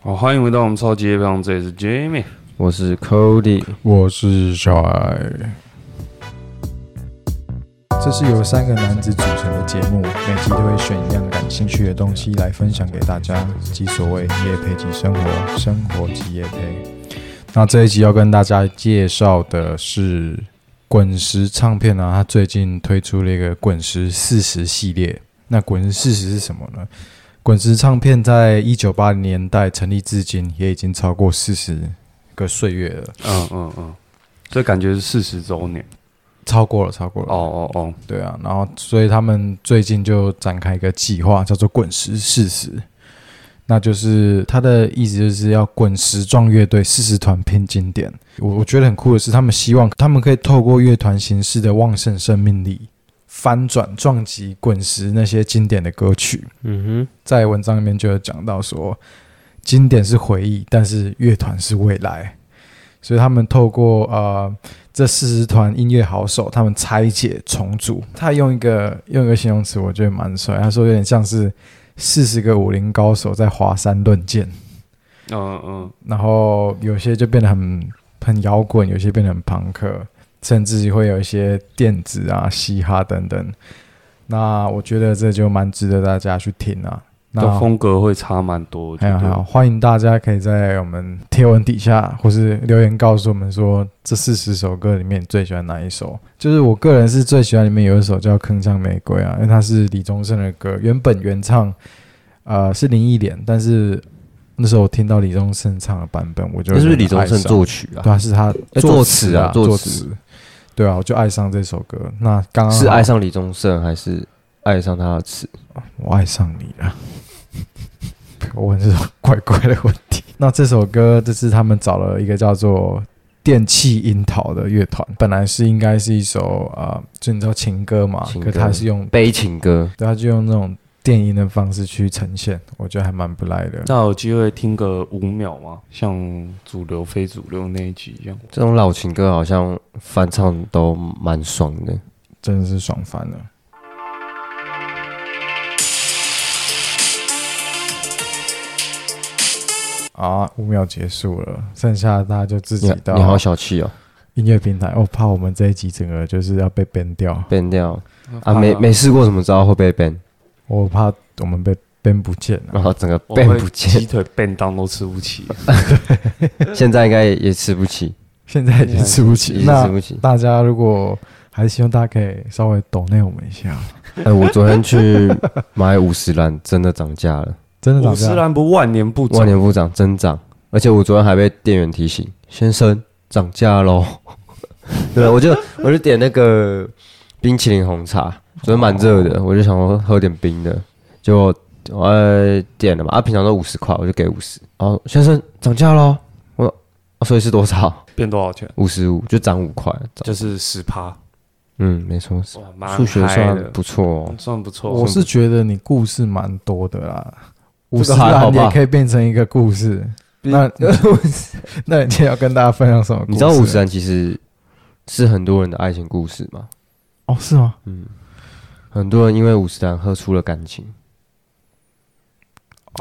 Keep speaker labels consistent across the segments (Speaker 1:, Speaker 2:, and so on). Speaker 1: 好，哦欢迎回到我们超级夜配王，这里是 Jamie。
Speaker 2: 我是 Cody，
Speaker 3: 我是小孩。这是由三个男子组成的节目，每集都会选一样感兴趣的东西来分享给大家，即所谓夜配即生活，生活即夜配。那这一集要跟大家介绍的是滚石唱片啊，它最近推出了一个滚石四十系列。那滚石四十是什么呢？滚石唱片在一九八零年代成立至今，也已经超过四十个岁月了。
Speaker 1: 嗯嗯嗯，这感觉是四十周年。
Speaker 3: 超过了，超过了。
Speaker 1: 哦，哦哦，
Speaker 3: 对啊，然后所以他们最近就展开一个计划，叫做“滚石四十”，那就是他的意思就是要滚石状乐队四十团拼经典。我我觉得很酷的是，他们希望他们可以透过乐团形式的旺盛生命力，翻转撞击滚石那些经典的歌曲。
Speaker 2: 嗯
Speaker 3: 在文章里面就有讲到说，经典是回忆，但是乐团是未来。所以他们透过呃这四十团音乐好手，他们拆解重组。他用一个用一个形容词，我觉得蛮帅。他说有点像是四十个武林高手在华山论剑，
Speaker 1: 嗯嗯，
Speaker 3: 然后有些就变得很很摇滚，有些变得很朋克，甚至会有一些电子啊、嘻哈等等。那我觉得这就蛮值得大家去听啊。那
Speaker 1: 这风格会差蛮多。我觉
Speaker 3: 还有
Speaker 1: 得
Speaker 3: 还有，哎欢迎大家可以在我们贴文底下或是留言告诉我们说，这四十首歌里面你最喜欢哪一首？就是我个人是最喜欢里面有一首叫《铿锵玫瑰》啊，因为它是李宗盛的歌，原本原唱呃是林忆莲，但是那时候我听到李宗盛唱的版本，我就
Speaker 2: 那是不是李
Speaker 3: 有
Speaker 2: 宗
Speaker 3: 点
Speaker 2: 盛
Speaker 3: 爱上
Speaker 2: 作曲啊？
Speaker 3: 对啊，是他
Speaker 2: 哎作词啊
Speaker 3: 作
Speaker 2: 作
Speaker 3: 词
Speaker 2: 词。
Speaker 3: 对啊，我就爱上这首歌。那刚刚好
Speaker 2: 是爱上李宗盛还是爱上他的词？
Speaker 3: 我爱上你了。 我问这种怪怪的问题。那这首歌，这是他们找了一个叫做电气樱桃的乐团，本来是应该是一首啊、呃，就你知道情歌嘛，
Speaker 2: 情
Speaker 3: 可
Speaker 2: 歌
Speaker 3: 他是用，
Speaker 2: 悲情歌，
Speaker 3: 对，他就用那种电音的方式去呈现，我觉得还蛮不赖的。
Speaker 1: 那有机会听个五秒吗？像主流非主流那一集一样。
Speaker 2: 这种老情歌好像翻唱都蛮爽的。
Speaker 3: 真的是爽翻了。啊，五秒结束了，剩下大家就自
Speaker 2: 你
Speaker 3: 己到
Speaker 2: 你好小气哦，
Speaker 3: 音乐平台。我、哦怕我们这一集整个就是要被 ban 掉，
Speaker 2: ban 掉啊！没没试过怎么知道会被 ban，
Speaker 3: 我怕我们被 ban 不见了。
Speaker 2: 然后整个
Speaker 1: 我会
Speaker 2: ban 不见
Speaker 1: 鸡，腿便当都吃不起。
Speaker 2: 现在应该也也吃不 起，
Speaker 3: 现在已经吃不
Speaker 2: 也
Speaker 3: 起。
Speaker 2: 是吃
Speaker 3: 那
Speaker 2: 不起。
Speaker 3: 大家如果还是希望大家可以稍微抖内我们一下，
Speaker 2: 哎，我昨天去买五十兰，真的涨价了，
Speaker 3: 真的
Speaker 1: 五
Speaker 3: 涨
Speaker 1: 十
Speaker 3: 价了，
Speaker 1: 岚不万年不
Speaker 2: 万
Speaker 1: 涨，
Speaker 2: 年不涨，真涨。而且我昨天还被店员提醒，先生涨价喽。 对，啊我就我就点那个冰淇淋红茶，昨天蛮热
Speaker 1: 哦
Speaker 2: 的，我就想说喝点冰的，就我呃点了嘛，啊，平常都五十块，我就给五十。然后先生涨价喽，我说、哦所以是多少？
Speaker 1: 变多少钱？
Speaker 2: 五十五，就涨五块。涨
Speaker 1: 就是十趴。
Speaker 2: 嗯，没错，
Speaker 1: 哇，蛮
Speaker 2: 数学
Speaker 1: 嗨
Speaker 2: 算
Speaker 1: 的，嗯
Speaker 2: 不错哦。
Speaker 1: 算不错。
Speaker 3: 我是觉得你故事蛮多的啦。五十
Speaker 2: 这个还好
Speaker 3: 岚
Speaker 2: 吧
Speaker 3: 也可以变成一个故事， 那
Speaker 1: 嗯
Speaker 3: 那你今天要跟大家分享什么故事？
Speaker 2: 你知道五十岚其实是很多人的爱情故事吗？
Speaker 3: 哦，是吗？
Speaker 2: 嗯，很多人因为五十岚喝出了感情。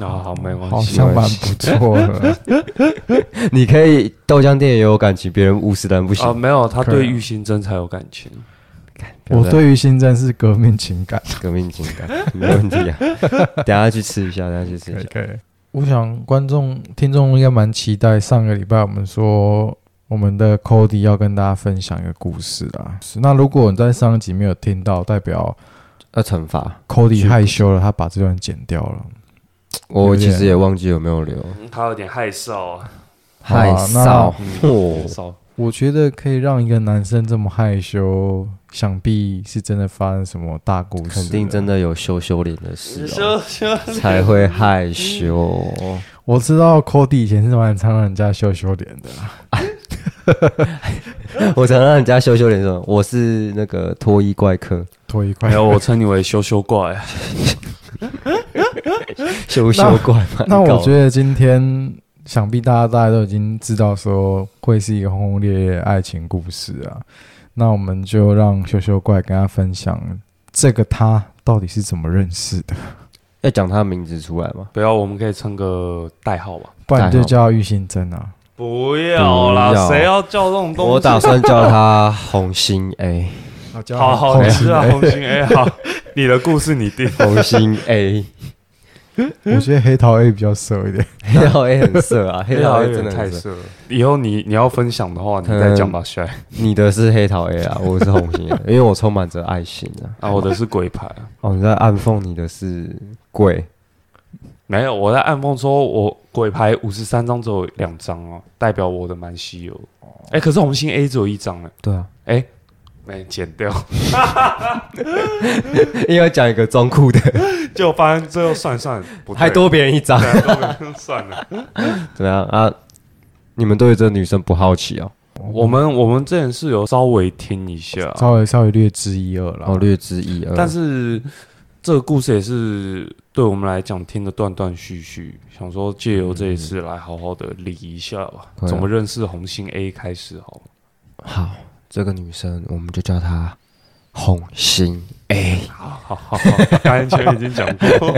Speaker 1: 啊，好，没关
Speaker 3: 好
Speaker 1: 系。
Speaker 3: 像蛮不错 的。
Speaker 2: 你可以豆浆店也有感情，别人五十岚不行。
Speaker 1: 啊，没有，他
Speaker 3: 可以
Speaker 1: 对
Speaker 3: 啊
Speaker 1: 玉心真才有感情。
Speaker 2: 不要
Speaker 3: 我
Speaker 2: 再
Speaker 3: 对于新政是革命情感，
Speaker 2: 革命情感 没问题 啊，等下去吃一下，等下去吃一下。
Speaker 3: 可以。我想观众听众应该蛮期待上个礼拜我们说我们的 Cody 要跟大家分享一个故事啦。是那如果你在上一集没有听到，代表
Speaker 2: 要啊惩罚
Speaker 3: Cody 害羞了，他把这段剪掉了。有
Speaker 2: 我，
Speaker 3: 点
Speaker 2: 其实也忘记有没有留。
Speaker 1: 嗯他有点害臊啊，
Speaker 3: 好啊
Speaker 2: 害臊
Speaker 1: 嗯
Speaker 2: 哦，
Speaker 1: 臊。
Speaker 3: 我觉得可以让一个男生这么害羞，想必是真的发生什么大故事。
Speaker 2: 肯定真。的有羞羞脸的事哦，
Speaker 1: 羞
Speaker 2: 才会害羞。
Speaker 3: 我知道 Cody 以前是蛮常让人家羞羞脸的啦。
Speaker 2: 我常让人家羞羞脸说我是那个脱衣怪 客，
Speaker 3: 脱一块
Speaker 1: 没。有，哎我称你为羞羞怪。啊
Speaker 2: 羞羞怪嘛。
Speaker 3: 那我觉
Speaker 2: 得
Speaker 3: 得今天想必大家大家都已经知道说会是一个轰轰烈烈的爱情故事啊。那我们就让羞羞怪跟他分享这个他到底是怎么认识的。
Speaker 2: 哎要讲他名字出来嘛，
Speaker 1: 不要，我们可以称个代号吧。
Speaker 3: 不然就叫玉心针啊。
Speaker 1: 不要啦
Speaker 2: 不，要
Speaker 1: 谁要叫这种东西？
Speaker 2: 我打算叫它红心 A，
Speaker 3: 好，叫
Speaker 1: 好好吃啊，红 心 A 好，你的故事你定。
Speaker 2: 红心 A，
Speaker 3: 我觉得黑桃 A 比较色一点。
Speaker 2: 黑桃 A 很色啊， 黑桃 A 真的
Speaker 1: 太
Speaker 2: 很色。
Speaker 1: 色了。以后你你要分享的话，你
Speaker 2: 可能
Speaker 1: 再讲吧，帅。
Speaker 2: 你的是黑桃 A 啊，我是红心 A，因为我充满着爱心啊。
Speaker 1: 啊，我的是鬼牌，
Speaker 2: 哦，你在暗讽你的是贵
Speaker 1: 没有，我在暗讽说，我鬼牌五十三张只有两张哦，代表我的蛮稀有。
Speaker 2: 哦
Speaker 1: 哎，可是红心 A 只有一张哎，
Speaker 2: 对啊，
Speaker 1: 没剪掉，
Speaker 2: 因为讲一个装酷的，
Speaker 1: 就发现最后算算不对
Speaker 2: 还多别人一张，
Speaker 1: 对啊都没算了。
Speaker 2: 怎么样啊？你们对这女生不好奇哦？
Speaker 1: 我们我们之前是有稍微听一下，啊
Speaker 3: 稍微稍微略知一二
Speaker 2: 然后哦
Speaker 3: 了。
Speaker 2: 略知一二，
Speaker 1: 但是这个故事也是对我们来讲听得断断续续，想说借由这一次来好好的理一下吧，
Speaker 2: 对啊
Speaker 1: 怎么认识红星 A 开始好 了。
Speaker 2: 好，这个女生我们就叫她红心 A。
Speaker 1: 好好好，好，刚才前面已经讲 过，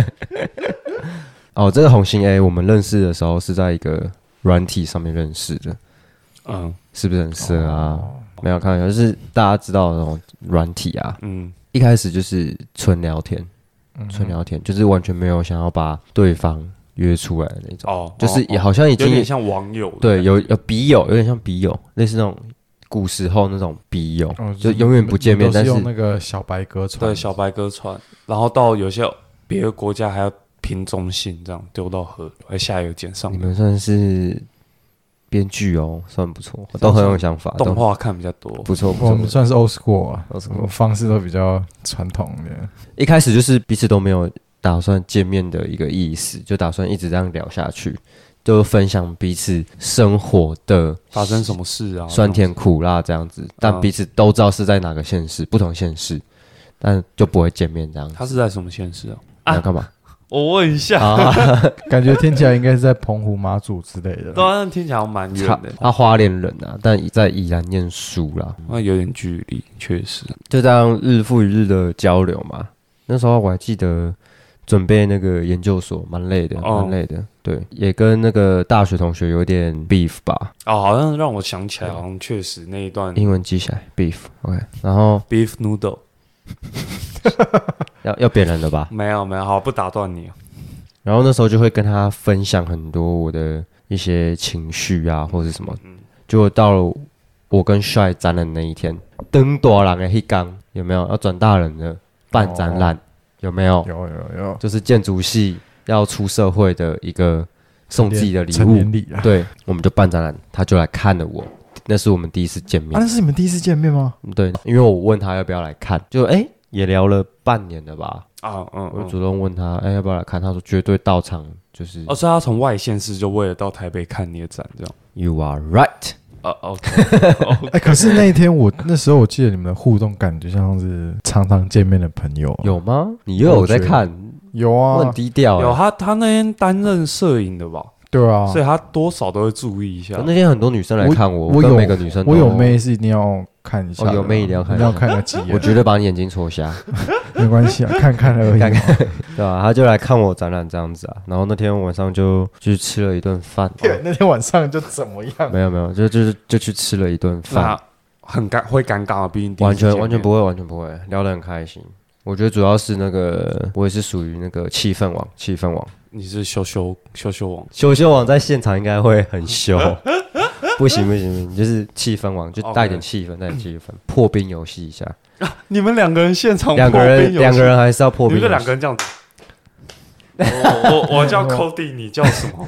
Speaker 2: 哦，这个红心 A 我们认识的时候是在一个软体上面认识的，
Speaker 1: 嗯
Speaker 2: 是不是很色啊？没有开玩笑，就是大家知道的那种软体啊，
Speaker 1: 嗯
Speaker 2: 一开始就是纯聊天，纯聊天就是完全没有想要把对方约出来的那种，
Speaker 1: 哦，
Speaker 2: 就是也
Speaker 1: 哦
Speaker 2: 好像已
Speaker 1: 有
Speaker 2: 经
Speaker 1: 点像网友的
Speaker 2: 对
Speaker 1: 感
Speaker 2: 有有笔友，有点像笔友，类似那种古时候那种笔友，
Speaker 3: 哦
Speaker 2: 就永远不见面，
Speaker 3: 都
Speaker 2: 但
Speaker 3: 是
Speaker 2: 是
Speaker 3: 用那个小白鸽
Speaker 1: 觉对
Speaker 3: 传的。
Speaker 1: 小白鸽传，然后到有些别的国家还要拼中信这样丢到河，还下邮件上
Speaker 2: 你。们算是编剧哦，算不错，都很有想法，
Speaker 1: 动
Speaker 2: 都
Speaker 1: 画看比较多，
Speaker 2: 不错不
Speaker 3: 我
Speaker 2: 错不
Speaker 3: 们
Speaker 2: 错。
Speaker 3: 算是 old school 啊
Speaker 2: old school
Speaker 3: 方式都比较传统的。
Speaker 2: 一开始就是彼此都没有打算见面的一个意思，就打算一直这样聊下去，就分享彼此生活的
Speaker 1: 发生什么事啊？
Speaker 2: 酸甜苦辣这样子，但
Speaker 1: 嗯
Speaker 2: 彼此都知道是在哪个县市，不同县市，但就不会见面这样子。
Speaker 1: 他是在什么县市啊？
Speaker 2: 你要干 嘛？
Speaker 1: 我问一下，
Speaker 2: 啊，
Speaker 3: 感觉听起来应该是在澎湖马祖之类的。
Speaker 2: 啊
Speaker 1: 当然啊听起来蛮远
Speaker 2: 他
Speaker 1: 的，
Speaker 2: 他花莲人啊，但在宜兰念书啦，
Speaker 1: 那有点距离，确实。
Speaker 2: 就这样日复一日的交流嘛。那时候我还记得准备那个研究所，蛮累的，
Speaker 1: 哦
Speaker 2: 蛮累的。对，也跟那个大学同学有点 beef 吧，
Speaker 1: 哦，好像让我想起来，好像确实那一段
Speaker 2: 英文记起来 beef。OK，然后
Speaker 1: beef noodle
Speaker 2: 要要扁人了吧？
Speaker 1: 没有没有，好不打断你。
Speaker 2: 然后那时候就会跟他分享很多我的一些情绪啊，或者什么。
Speaker 3: 嗯
Speaker 2: 结果到了我跟帅展览那一天，登大人的一缸有没有要转大人的办展览、有没有？
Speaker 3: 哦有有有，
Speaker 2: 就是建筑系要出社会的一个送自己的礼
Speaker 3: 成
Speaker 2: 物
Speaker 3: 年，礼啊。
Speaker 2: 对，我们就办展览，他就来看了我，那是我们第一次见面
Speaker 3: 啊，，那是你们第一次见面吗？
Speaker 2: 对，因为我问他要不要来看，就哎、也聊了半年了吧，
Speaker 1: 啊，嗯
Speaker 3: 哦
Speaker 2: 我就
Speaker 1: 嗯。
Speaker 2: 主动问他哎、要不要来看，他说绝对到场，就是
Speaker 1: 哦，所以他从外县市就为了到台北看你的展，这样。
Speaker 2: You are right，
Speaker 1: 啊，OK，
Speaker 2: 哦
Speaker 3: 哎，可是那一天我那时候我记得你们的互动感觉像是常常见面的朋友啊。
Speaker 2: 有吗？哦你又有在看，
Speaker 3: 有
Speaker 2: 我很
Speaker 3: 啊，
Speaker 2: 低调、
Speaker 1: 有
Speaker 2: 欸。
Speaker 1: 他，他那天担任摄影的吧，
Speaker 3: 对啊，
Speaker 1: 所以他多少都会注意一下。
Speaker 2: 哦那天很多女生来看我，
Speaker 3: 我
Speaker 2: 我跟
Speaker 3: 有
Speaker 2: 每个女生都
Speaker 3: 我有，妹是一定要看一下的啊，
Speaker 2: 哦有妹一定要看一下
Speaker 3: 要看个几
Speaker 2: 我
Speaker 3: 眼，
Speaker 2: 绝对把你眼睛戳 瞎。
Speaker 3: 没 关系啊，看看而已嘛。
Speaker 2: 看对啊，他就来看我展览这样子啊，然后那天晚上就去吃了一顿 饭， 哦
Speaker 3: 那天晚上就怎么 样？
Speaker 2: 没有没有，就就是就去吃了一顿饭
Speaker 1: 那，很尴会尴尬吗，毕竟第一次
Speaker 2: 完全
Speaker 1: 见
Speaker 2: 完全
Speaker 1: 面
Speaker 2: 不会完全不会，聊得很开心。我觉得主要是那个，我也是属于那个气氛王，气氛王，
Speaker 1: 你是羞羞羞羞王，
Speaker 2: 羞羞王在现场应该会很 羞，不行不行不行，就是气氛王，就带点
Speaker 1: OK
Speaker 2: 气氛，带点气氛，破冰游戏一下，
Speaker 1: 你们两个人现场
Speaker 2: 两个
Speaker 1: 破冰
Speaker 2: 人
Speaker 1: 游戏
Speaker 2: 两个人还是要破
Speaker 1: 你们
Speaker 2: 冰
Speaker 1: 就
Speaker 2: 游
Speaker 1: 两
Speaker 2: 戏，
Speaker 1: 个人这样子。我 我我叫 Cody，你叫什么？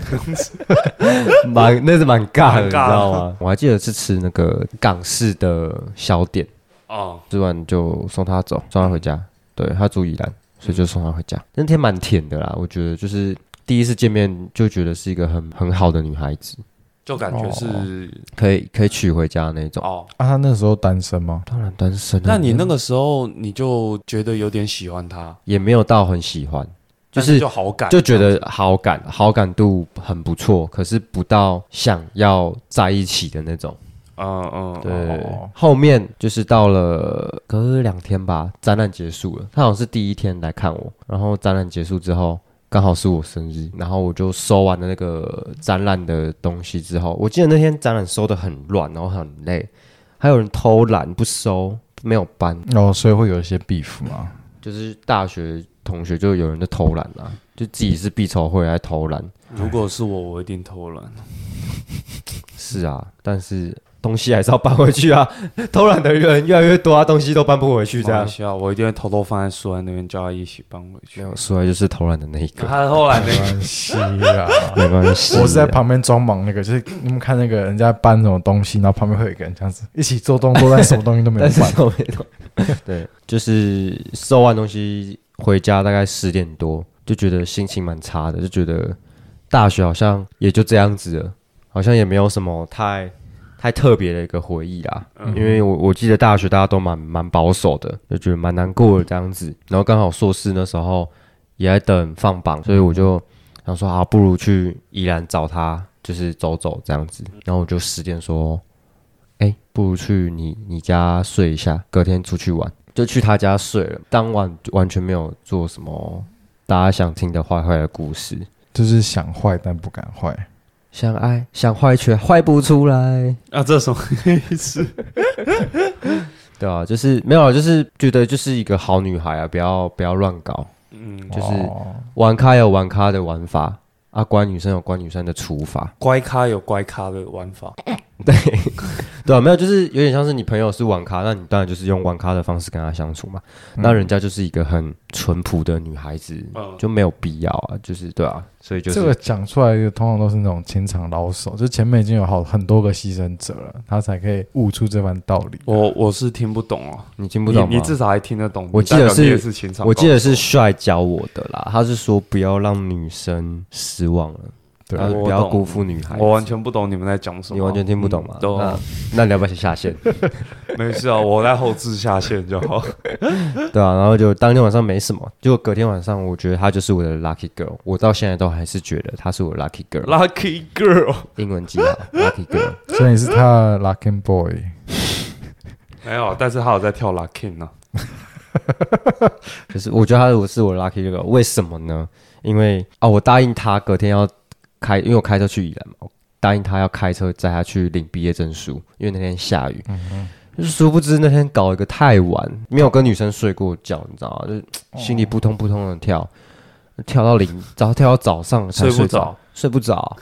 Speaker 2: 蛮 那是蛮尬的，
Speaker 1: 蛮尬的
Speaker 2: 你知道吗？ 我还记得是吃那个港式的小点。
Speaker 1: 哦，
Speaker 2: 吃完就送他走，送他回家。对他住宜兰，所以就送他回家。那天蛮甜的啦，我觉得就是第一次见面就觉得是一个很很好的女孩子，
Speaker 1: 就感觉是
Speaker 2: 可以可以娶回家那种。
Speaker 1: 哦。
Speaker 3: 啊，他那时候单身吗？
Speaker 2: 当然单身啊，
Speaker 1: 那你那个时候你就觉得有点喜欢他，
Speaker 2: 也没有到很喜欢，就
Speaker 1: 但
Speaker 2: 是
Speaker 1: 就好感，
Speaker 2: 就觉得好感好感度很不错，可是不到想要在一起的那种。
Speaker 1: 嗯嗯，
Speaker 2: 对，
Speaker 3: 哦
Speaker 2: 后面就是到了隔两天吧，展览结束了。他好像是第一天来看我，然后展览结束之后，刚好是我生日，然后我就收完了那个展览的东西之后，我记得那天展览收的很乱，然后很累，还有人偷懒不收，没有搬，
Speaker 3: 哦，所以会有一些 beef 嘛。
Speaker 2: 就是大学同学就有人在偷懒啊，就自己是必筹会来偷懒，
Speaker 1: 嗯如果是我，我一定偷懒。
Speaker 2: 是啊，但是东西还是要搬回去啊，偷懒的人越来越多啊，东西都搬不回去这
Speaker 1: 开
Speaker 2: 样
Speaker 1: 玩。笑，我一定会偷偷放在书在那边，叫他一起搬回去。
Speaker 2: 说来就是偷懒的那一个，
Speaker 1: 他偷懒
Speaker 3: 没关系 啦，
Speaker 2: 没关系。
Speaker 3: 我是在旁边装忙那个，就是你们看那个人家搬什么东西，然后旁边会有一个人这样子一起做动作，但什么东西都没 有
Speaker 2: 但是
Speaker 3: 搬。
Speaker 2: 都没 动。对，就是收完东西回家大概十点多，就觉得心情蛮差的，就觉得大学好像也就这样子了，好像也没有什么太太特别的一个回忆啦。因为我我记得大学大家都蛮蛮保守的，就觉得蛮难过的这样子。然后刚好硕士那时候也在等放榜，所以我
Speaker 3: 嗯
Speaker 2: 就想说啊，不如去宜兰找他，就是走走这样子。然后我就十点说哎、不如去你你家睡一下，隔天出去玩，就去他家睡了。当晚完全没有做什么大家想听的坏坏的故事，
Speaker 3: 就是想坏但不敢坏，
Speaker 2: 想爱想坏却坏不出来，
Speaker 1: 啊，这什么意思？
Speaker 2: 对啊，就是没有啊，就是觉得就是一个好女孩啊，不要不要乱搞，
Speaker 1: 嗯，
Speaker 2: 就是
Speaker 3: 哦
Speaker 2: 玩咖有玩咖的玩法。啊，乖女生有乖女生的处罚，
Speaker 1: 乖咖有乖咖的玩法，
Speaker 2: 对啊，没有，就是有点像是你朋友是玩咖，那你当然就是用玩咖的方式跟她相处嘛。那人家就是一个很淳朴的女孩子，
Speaker 1: 嗯，
Speaker 2: 就没有必要啊，就是对啊，所以就是
Speaker 3: 这个讲出来的通常都是那种情场老手，就前面已经有好很多个牺牲者了，他才可以悟出这番道理。
Speaker 1: 我我是听不懂哦，
Speaker 2: 你听不懂吗
Speaker 1: 你你至少还听得懂。
Speaker 2: 我
Speaker 1: 你
Speaker 2: 记得
Speaker 1: 代表你
Speaker 2: 是
Speaker 1: 也是情场高手，
Speaker 2: 我记得是帅教我的啦，他是说不要让女生失望了，
Speaker 3: 对
Speaker 2: 他
Speaker 1: 啊
Speaker 2: 说
Speaker 1: 我
Speaker 2: 不要
Speaker 1: 懂
Speaker 2: 辜负女孩子。
Speaker 1: 我完全不懂你们在讲什么，
Speaker 2: 你完全听不懂嘛？啊
Speaker 1: 懂
Speaker 2: 那那你要不要先下线？
Speaker 1: 没事啊，我在后置下线就好。
Speaker 2: 对啊，然后就当天晚上没什么，结果隔天晚上，我觉得她就是我的 lucky girl，我到现在都还是觉得她是我的 lucky girl，
Speaker 1: Lucky girl，
Speaker 2: 英文记好 lucky girl。
Speaker 3: 所以你是他的 lucky boy，
Speaker 1: 没有，但是他有在跳 Lucky 呢。
Speaker 2: 可是我觉得他我是我的 lucky girl，为什么呢？因为啊，我答应他隔天要开，因为我开车去宜兰嘛，我答应他要开车载他去领毕业证书，因为那天下雨。就是殊不知那天搞一个太晚，没有跟女生睡过觉，你知道吗？就是
Speaker 1: 哦
Speaker 2: 心里扑通扑通的跳，跳到零，然后跳到早上才
Speaker 1: 睡不
Speaker 2: 着
Speaker 1: 着，
Speaker 2: 睡不着，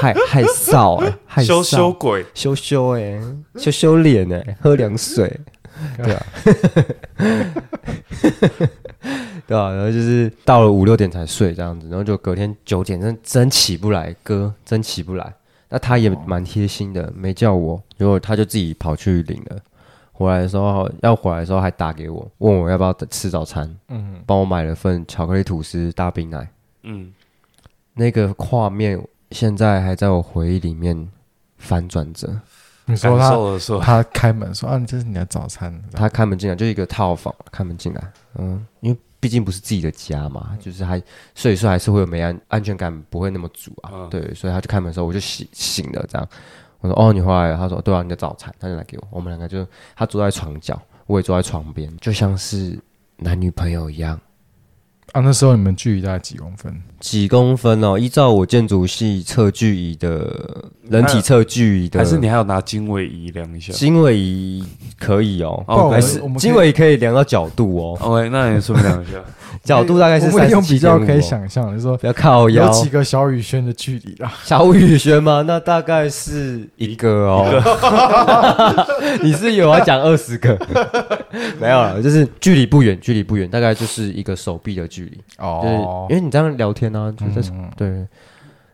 Speaker 2: 害害臊哎、害
Speaker 1: 羞
Speaker 2: 臊
Speaker 1: 羞鬼，
Speaker 2: 羞羞哎、羞羞脸哎、喝凉水，对啊，对啊，然后就是到了五六点才睡这样子，然后就隔天九点真真起不来，哥真起不来。那他也蛮贴心的，没叫我，结果他就自己跑去领了。回来的时候要回来的时候还打给我，问我要不要吃早餐，
Speaker 3: 嗯，
Speaker 2: 帮我买了份巧克力吐司大冰奶。
Speaker 1: 嗯，
Speaker 2: 那个画面现在还在我回忆里面翻转着。
Speaker 3: 你
Speaker 1: 感
Speaker 3: 说他
Speaker 1: 受的时候，
Speaker 3: 他开门说啊，你这是你的早餐，
Speaker 2: 他开门进来就一个套房，开门进来，嗯，因为毕竟不是自己的家嘛，就是还所以说还是会有没安安全感，不会那么足啊，
Speaker 1: 嗯
Speaker 2: 对，所以他就开门的时候我就醒醒了，这样，我说哦你回来了，他说对啊你的早餐，他就来给我，我们两个就他坐在床角，我也坐在床边，就像是男女朋友一样，
Speaker 3: 啊，那时候你们距离大概几公分？
Speaker 2: 几公分哦，依照我建筑系测距仪的人体测距仪的，
Speaker 1: 哎还是你还有拿经纬仪量一下
Speaker 2: 经纬仪可以哦，
Speaker 1: 哦
Speaker 2: 还是
Speaker 3: 我们可以
Speaker 2: 经纬仪可以量到角度哦。
Speaker 1: ？OK，那你顺便 量一下。
Speaker 2: 角度大概是
Speaker 3: 哎我
Speaker 2: 三
Speaker 3: 们
Speaker 2: 十
Speaker 3: 用比较可以想象，就是说
Speaker 2: 哦不要靠
Speaker 3: 有
Speaker 2: 腰。
Speaker 3: 几个小雨轩的距离啦。
Speaker 2: 小雨轩吗？那大概是一个哦。 你是有要讲二十个？ 没有了，就是距离不远，距离不远，大概就是一个手臂的距离。就是
Speaker 3: 哦
Speaker 2: 因为你这样聊天啊，就在、
Speaker 3: 嗯
Speaker 2: 对，然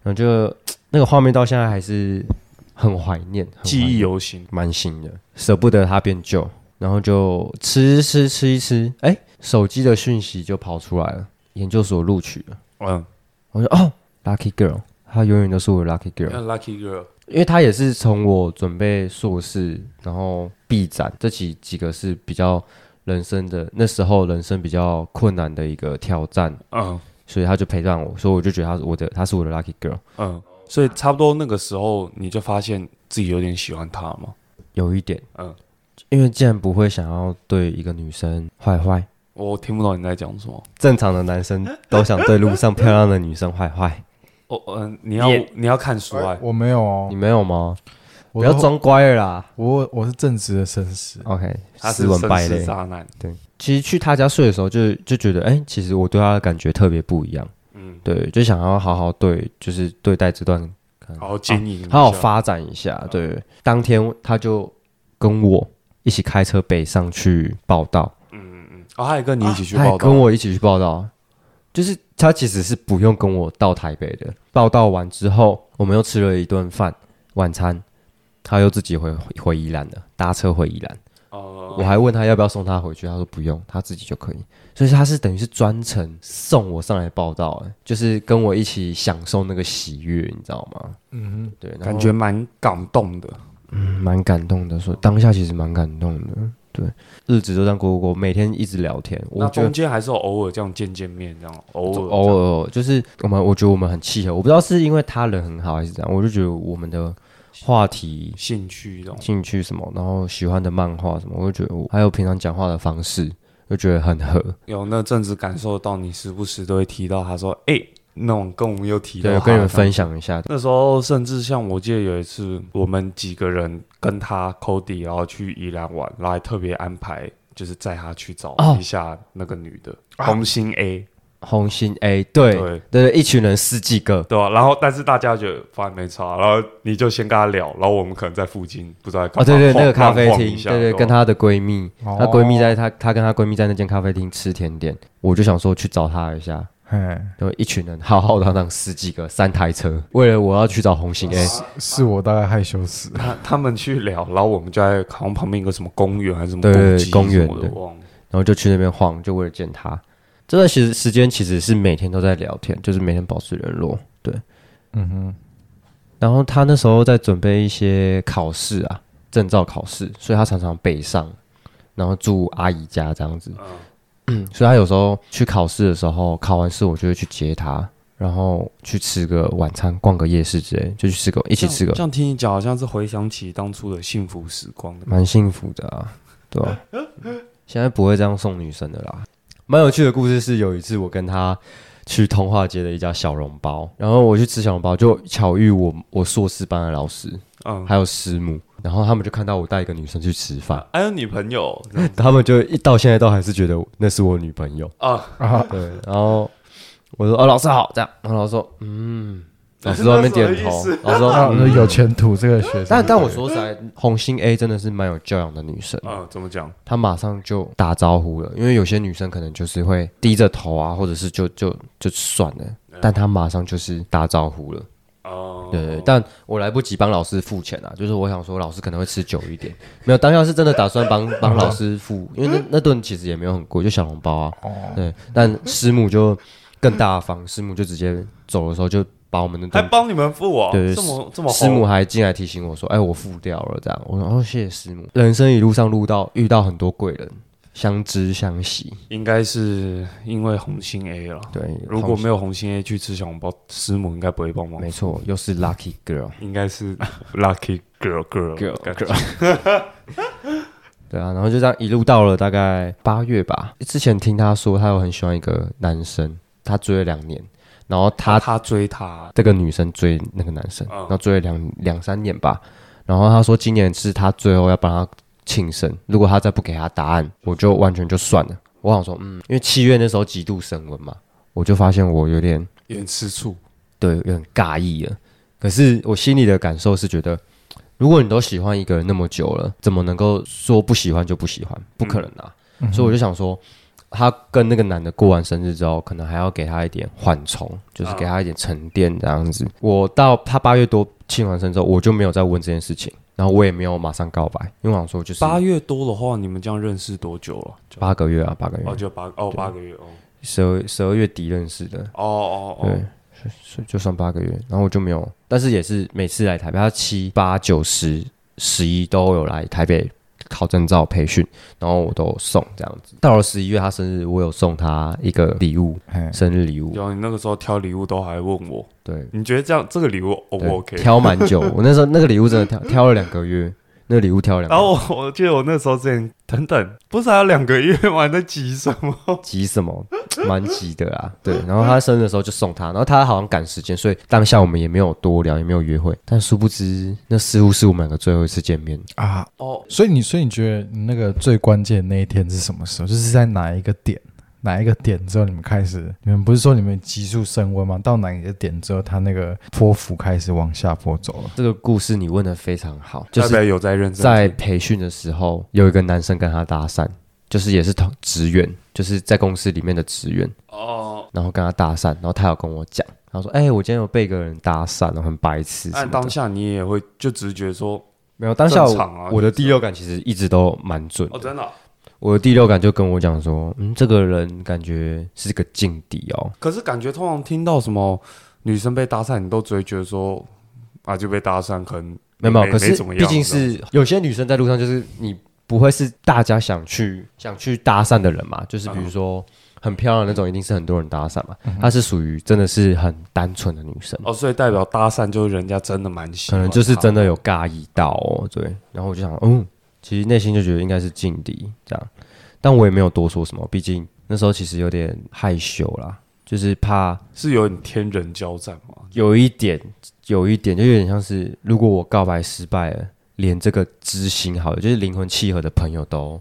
Speaker 2: 后就那个画面到现在还是很怀念，很怀念
Speaker 1: 记忆犹新。
Speaker 2: 蛮新的，舍不得它变旧，然后就吃吃吃一吃，哎、手机的讯息就跑出来了，研究所录取了。
Speaker 1: 嗯
Speaker 2: 我说哦，lucky girl，她永远都是我的 lucky girl，
Speaker 1: ，Lucky Girl，
Speaker 2: 因为她也是从我准备硕士，然后毕展这几几个是比较人生的那时候人生比较困难的一个挑战，
Speaker 1: 嗯
Speaker 2: 所以她就陪伴我，所以我就觉得她是我的，她是我的 lucky girl。
Speaker 1: 嗯，所以差不多那个时候你就发现自己有点喜欢他嘛。
Speaker 2: 有一点，
Speaker 1: 嗯
Speaker 2: 因为既然不会想要对一个女生坏坏，
Speaker 1: 我听不懂你在讲什么。
Speaker 2: 正常的男生都想对路上漂亮的女生坏坏，
Speaker 1: 哦，嗯、你要
Speaker 2: 也
Speaker 1: 你要看书啊，
Speaker 3: 我没有哦
Speaker 2: 你，没有吗？
Speaker 3: 我
Speaker 2: 不要
Speaker 3: 都，
Speaker 2: 装乖了啦。
Speaker 3: 我我是正直的绅士，
Speaker 2: OK，
Speaker 1: 他是
Speaker 2: 斯文
Speaker 1: 绅
Speaker 2: 败
Speaker 1: 士
Speaker 2: 类。
Speaker 1: 渣男。
Speaker 2: 其实去他家睡的时候就，就觉得，哎、其实我对他的感觉特别不一样。
Speaker 1: 嗯，
Speaker 2: 对，就想要好好对，就是对待这段
Speaker 1: 好好经营一下，
Speaker 2: 嗯好好发展一下。对，当天他就跟我一起开车北上去报道，
Speaker 1: 哦，他也跟你一起去
Speaker 2: 他
Speaker 1: 报
Speaker 2: 也
Speaker 1: 道，
Speaker 2: 哎跟我一起去报道，就是他其实是不用跟我到台北的。报道完之后，我们又吃了一顿饭晚餐，他又自己回回宜兰了，搭车回宜兰。
Speaker 1: 哦
Speaker 2: 我还问他要不要送他回去，他说不用，他自己就可以。所以他是等于是专程送我上来报道、哎就是跟我一起享受那个喜悦，你知道吗？
Speaker 3: 嗯
Speaker 2: 对，然后
Speaker 1: 感觉蛮感动的。
Speaker 2: 嗯蛮感动的，所以当下其实蛮感动的。对，日子就这样过过过，每天一直聊天，我
Speaker 1: 那
Speaker 2: 觉得
Speaker 1: 中间还是有偶尔这样见见面，这样偶尔
Speaker 2: 偶尔就是我们，我觉得我们很契合。我不知道是因为他人很好还是怎样，我就觉得我们的话题、
Speaker 1: 兴趣这种。
Speaker 2: 兴趣什么，然后喜欢的漫画什么，我就觉得我还有平常讲话的方式，就觉得很合。
Speaker 1: 有那阵子感受到你时不时都会提到他说，哎、那种跟我们又提到
Speaker 2: 对，
Speaker 1: 他，
Speaker 2: 我跟你们
Speaker 1: 这样
Speaker 2: 分。享一下。
Speaker 1: 那时候甚至像我记得有一次，我们几个人跟他 Cody，然后去宜兰玩，然后还特别安排就是载他去找
Speaker 2: 哦
Speaker 1: 一下那个女的，红心 A，
Speaker 2: 红心 A，对对
Speaker 1: 对
Speaker 2: 对，一群人十几个，
Speaker 1: 对吧、然后但是大家觉得反正没差，然后你就先跟他聊，然后我们可能在附近不知道在干嘛
Speaker 2: 哦，对对，
Speaker 1: 晃
Speaker 2: 那个咖啡
Speaker 1: 乱晃
Speaker 2: 厅，
Speaker 1: 一下
Speaker 2: 对对，
Speaker 1: 吧
Speaker 2: 跟她的闺蜜，
Speaker 3: 哦
Speaker 2: 她闺蜜在她她跟她闺蜜在那间咖啡厅吃甜点，我就想说去找她一下，
Speaker 3: 嘿，
Speaker 2: 然后一群人浩浩荡荡十几个，三台车，为了我要去找红星哎 A，
Speaker 3: 是我大概害羞死了，
Speaker 1: 他他们去聊，然后我们就在好像旁边一个什么公园还是什么
Speaker 2: 对对
Speaker 1: 蹦极
Speaker 2: 公园
Speaker 1: 什么
Speaker 2: 对
Speaker 1: 的，忘了。
Speaker 2: 然后就去那边晃，就为了见她。这段时时间其实是每天都在聊天，就是每天保持联络，对。
Speaker 3: 嗯哼，
Speaker 2: 然后她那时候在准备一些考试啊，证照考试，所以她常常北上，然后住阿姨家这样子。 所以他有时候去考试的时候，考完试我就会去接他，然后去吃个晚餐、逛个夜市之类，就去吃个一
Speaker 1: 一
Speaker 2: 起吃个
Speaker 1: 这，样听你讲，好像是回想起当初的幸福时光的。
Speaker 2: 蛮幸福的啊，对吧、现在不会这样送女生的啦。蛮有趣的故事是，有一次我跟他去通化街的一家小笼包，然后我去吃小笼包，就巧遇我我硕士班的老师
Speaker 1: 嗯，
Speaker 2: 还有师母，然后他们就看到我带一个女生去吃饭，
Speaker 1: 还有女朋友这样
Speaker 2: 他们就一到现在都还是觉得我那是我女朋友。
Speaker 1: 啊，
Speaker 2: 对，然后我说：“哦，老师好。”这样，然后老师说：“嗯。”老师在那边点头
Speaker 1: 什么意，
Speaker 2: 老师说：“
Speaker 3: 啊，
Speaker 2: 嗯。
Speaker 3: 有前途这个学生”，
Speaker 2: 但但我说实在，红心 A 真的是蛮有教养的女生，
Speaker 1: 嗯，怎么讲？
Speaker 2: 她马上就打招呼了。因为有些女生可能就是会低着头啊，或者是就就就算了，但她马上就是打招呼了。
Speaker 1: 哦，
Speaker 2: 对对，但我来不及帮老师付钱啊，就是我想说老师可能会吃久一点，没有当下是真的打算帮帮老师付，因为那那顿其实也没有很贵，就小笼包啊。
Speaker 1: 哦
Speaker 2: 对，但师母就更大方，师母就直接走的时候就把我们那
Speaker 1: 还
Speaker 2: 顿，
Speaker 1: 帮你们付哦，
Speaker 2: 对
Speaker 1: 这么这么
Speaker 2: 师母
Speaker 1: 红
Speaker 2: 还进来提醒我说，哎，我付掉了这样，我说哦谢谢师母，人生一路上路到遇到很多贵人，相知相惜，
Speaker 1: 应该是因为红心 A 了。
Speaker 2: 对，
Speaker 1: 如果没有红心 A 去吃小笼包，师母应该不会帮忙
Speaker 2: 没，错，又是 lucky girl。
Speaker 1: 应该 是 lucky girl girl
Speaker 2: Girl，
Speaker 1: 感觉
Speaker 2: girl 对啊，然后就这样一路到了大概八月吧。之前听他说，他有很喜欢一个男生，他追了两年，然后他
Speaker 1: 他追他，
Speaker 2: 这个女生追那个男生，
Speaker 1: 嗯
Speaker 2: 然后追了两两三年吧。然后他说今年是他最后要帮他庆生，如果他再不给他答案，我就完全就算了。我想说，嗯，因为七月那时候极度升温嘛，我就发现我有点
Speaker 1: 有点吃醋。
Speaker 2: 对，有点尬意了。可是我心里的感受是觉得，如果你都喜欢一个人那么久了，怎么能够说不喜欢就不喜欢？不可能啊！
Speaker 1: 嗯
Speaker 2: 所以我就想说，他跟那个男的过完生日之后，可能还要给他一点缓冲，就是
Speaker 1: 啊
Speaker 2: 给他一点沉淀这样子。我到他八月多庆完生之后，我就没有再问这件事情，然后我也没有马上告白，因为我想说就是
Speaker 1: 八月多的话，你们这样认识多久了？就
Speaker 2: 八个月啊，八个
Speaker 1: 哦，
Speaker 2: 月，
Speaker 1: 就八哦八个月哦，
Speaker 2: 十二十二月底认识的，
Speaker 1: 哦哦
Speaker 2: 对
Speaker 1: 哦，，
Speaker 2: 所以就算八个月，然后我就没有，但是也是每次来台北，他七八九十十一都有来台北考证照培训，然后我都有送这样子。到了十一月他生日，我有送他一个礼物，
Speaker 3: 嘿，
Speaker 2: 生日礼物，
Speaker 1: 有你那个时候挑礼物都还问我，
Speaker 2: 对，
Speaker 1: 你觉得这样这个礼物 O
Speaker 2: 对
Speaker 1: 不哦 OK？
Speaker 2: 挑蛮久，我那时候那个礼物真的挑挑了两个月，那礼物挑两
Speaker 1: 然
Speaker 2: 个，
Speaker 1: 后我我记得我那时候之前等等，不是还有两个月吗？还在急什么？
Speaker 2: 急什么？蛮急的啦，对。然后他生日的时候就送他，然后他好像赶时间，所以当下我们也没有多聊，也没有约会。但殊不知，那似乎是我们两个最后一次见面。
Speaker 3: 啊，
Speaker 1: 哦，
Speaker 3: 所以你所以你觉得你那个最关键的那一天是什么时候？就是在哪一个点？哪一个点之后你们开始？你们不是说你们急速升温吗？到哪一个点之后，它那个波幅开始往下坡走了？
Speaker 2: 这个故事你问的非常好，就
Speaker 1: 代表
Speaker 2: 是
Speaker 1: 有在认真
Speaker 2: 在
Speaker 1: 听
Speaker 2: 培训的时候，有一个男生跟他搭讪，就是也是同职员，就是在公司里面的职员，
Speaker 1: 哦，
Speaker 2: 然后跟他搭讪，然后他有跟我讲，他说：“哎、我今天有被一个人搭讪，然后很白痴什
Speaker 1: 按
Speaker 2: 么
Speaker 1: 当
Speaker 2: 的。
Speaker 1: 下你也会就直觉说”
Speaker 2: 没有，当下
Speaker 1: 正
Speaker 2: 我,、
Speaker 1: 常啊
Speaker 2: 我的
Speaker 1: 就是
Speaker 2: 第六感其实一直都蛮准
Speaker 1: 哦，真的哦。
Speaker 2: 我的第六感就跟我讲说，嗯，这个人感觉是个劲敌哦。
Speaker 1: 可是感觉通常听到什么女生被搭讪，你都只会觉得说啊就被搭讪，可能
Speaker 2: 没有，没有
Speaker 1: 没
Speaker 2: 可
Speaker 1: 没
Speaker 2: 是
Speaker 1: 怎么样
Speaker 2: 毕竟是有些女生在路上，就是你不会是大家想
Speaker 1: 嗯
Speaker 2: 去想去搭讪的人嘛，就是比如说很漂亮的那种，一定是很多人搭讪
Speaker 1: 嗯
Speaker 2: 嘛。她是属于真的是很单纯的女生，
Speaker 1: 哦，所以代表搭讪就是人家真的蛮喜
Speaker 2: 可
Speaker 1: 欢她，
Speaker 2: 能就是真的有尬意到哦，对。然后我就想，嗯，其实内心就觉得应该是劲敌这样，但我也没有多说什么，毕竟那时候其实有点害羞啦，就是怕
Speaker 1: 是有点天人交战嘛。
Speaker 2: 有一点，有一点，就有点像是，如果我告白失败了，连这个知心好友，就是灵魂契合的朋友都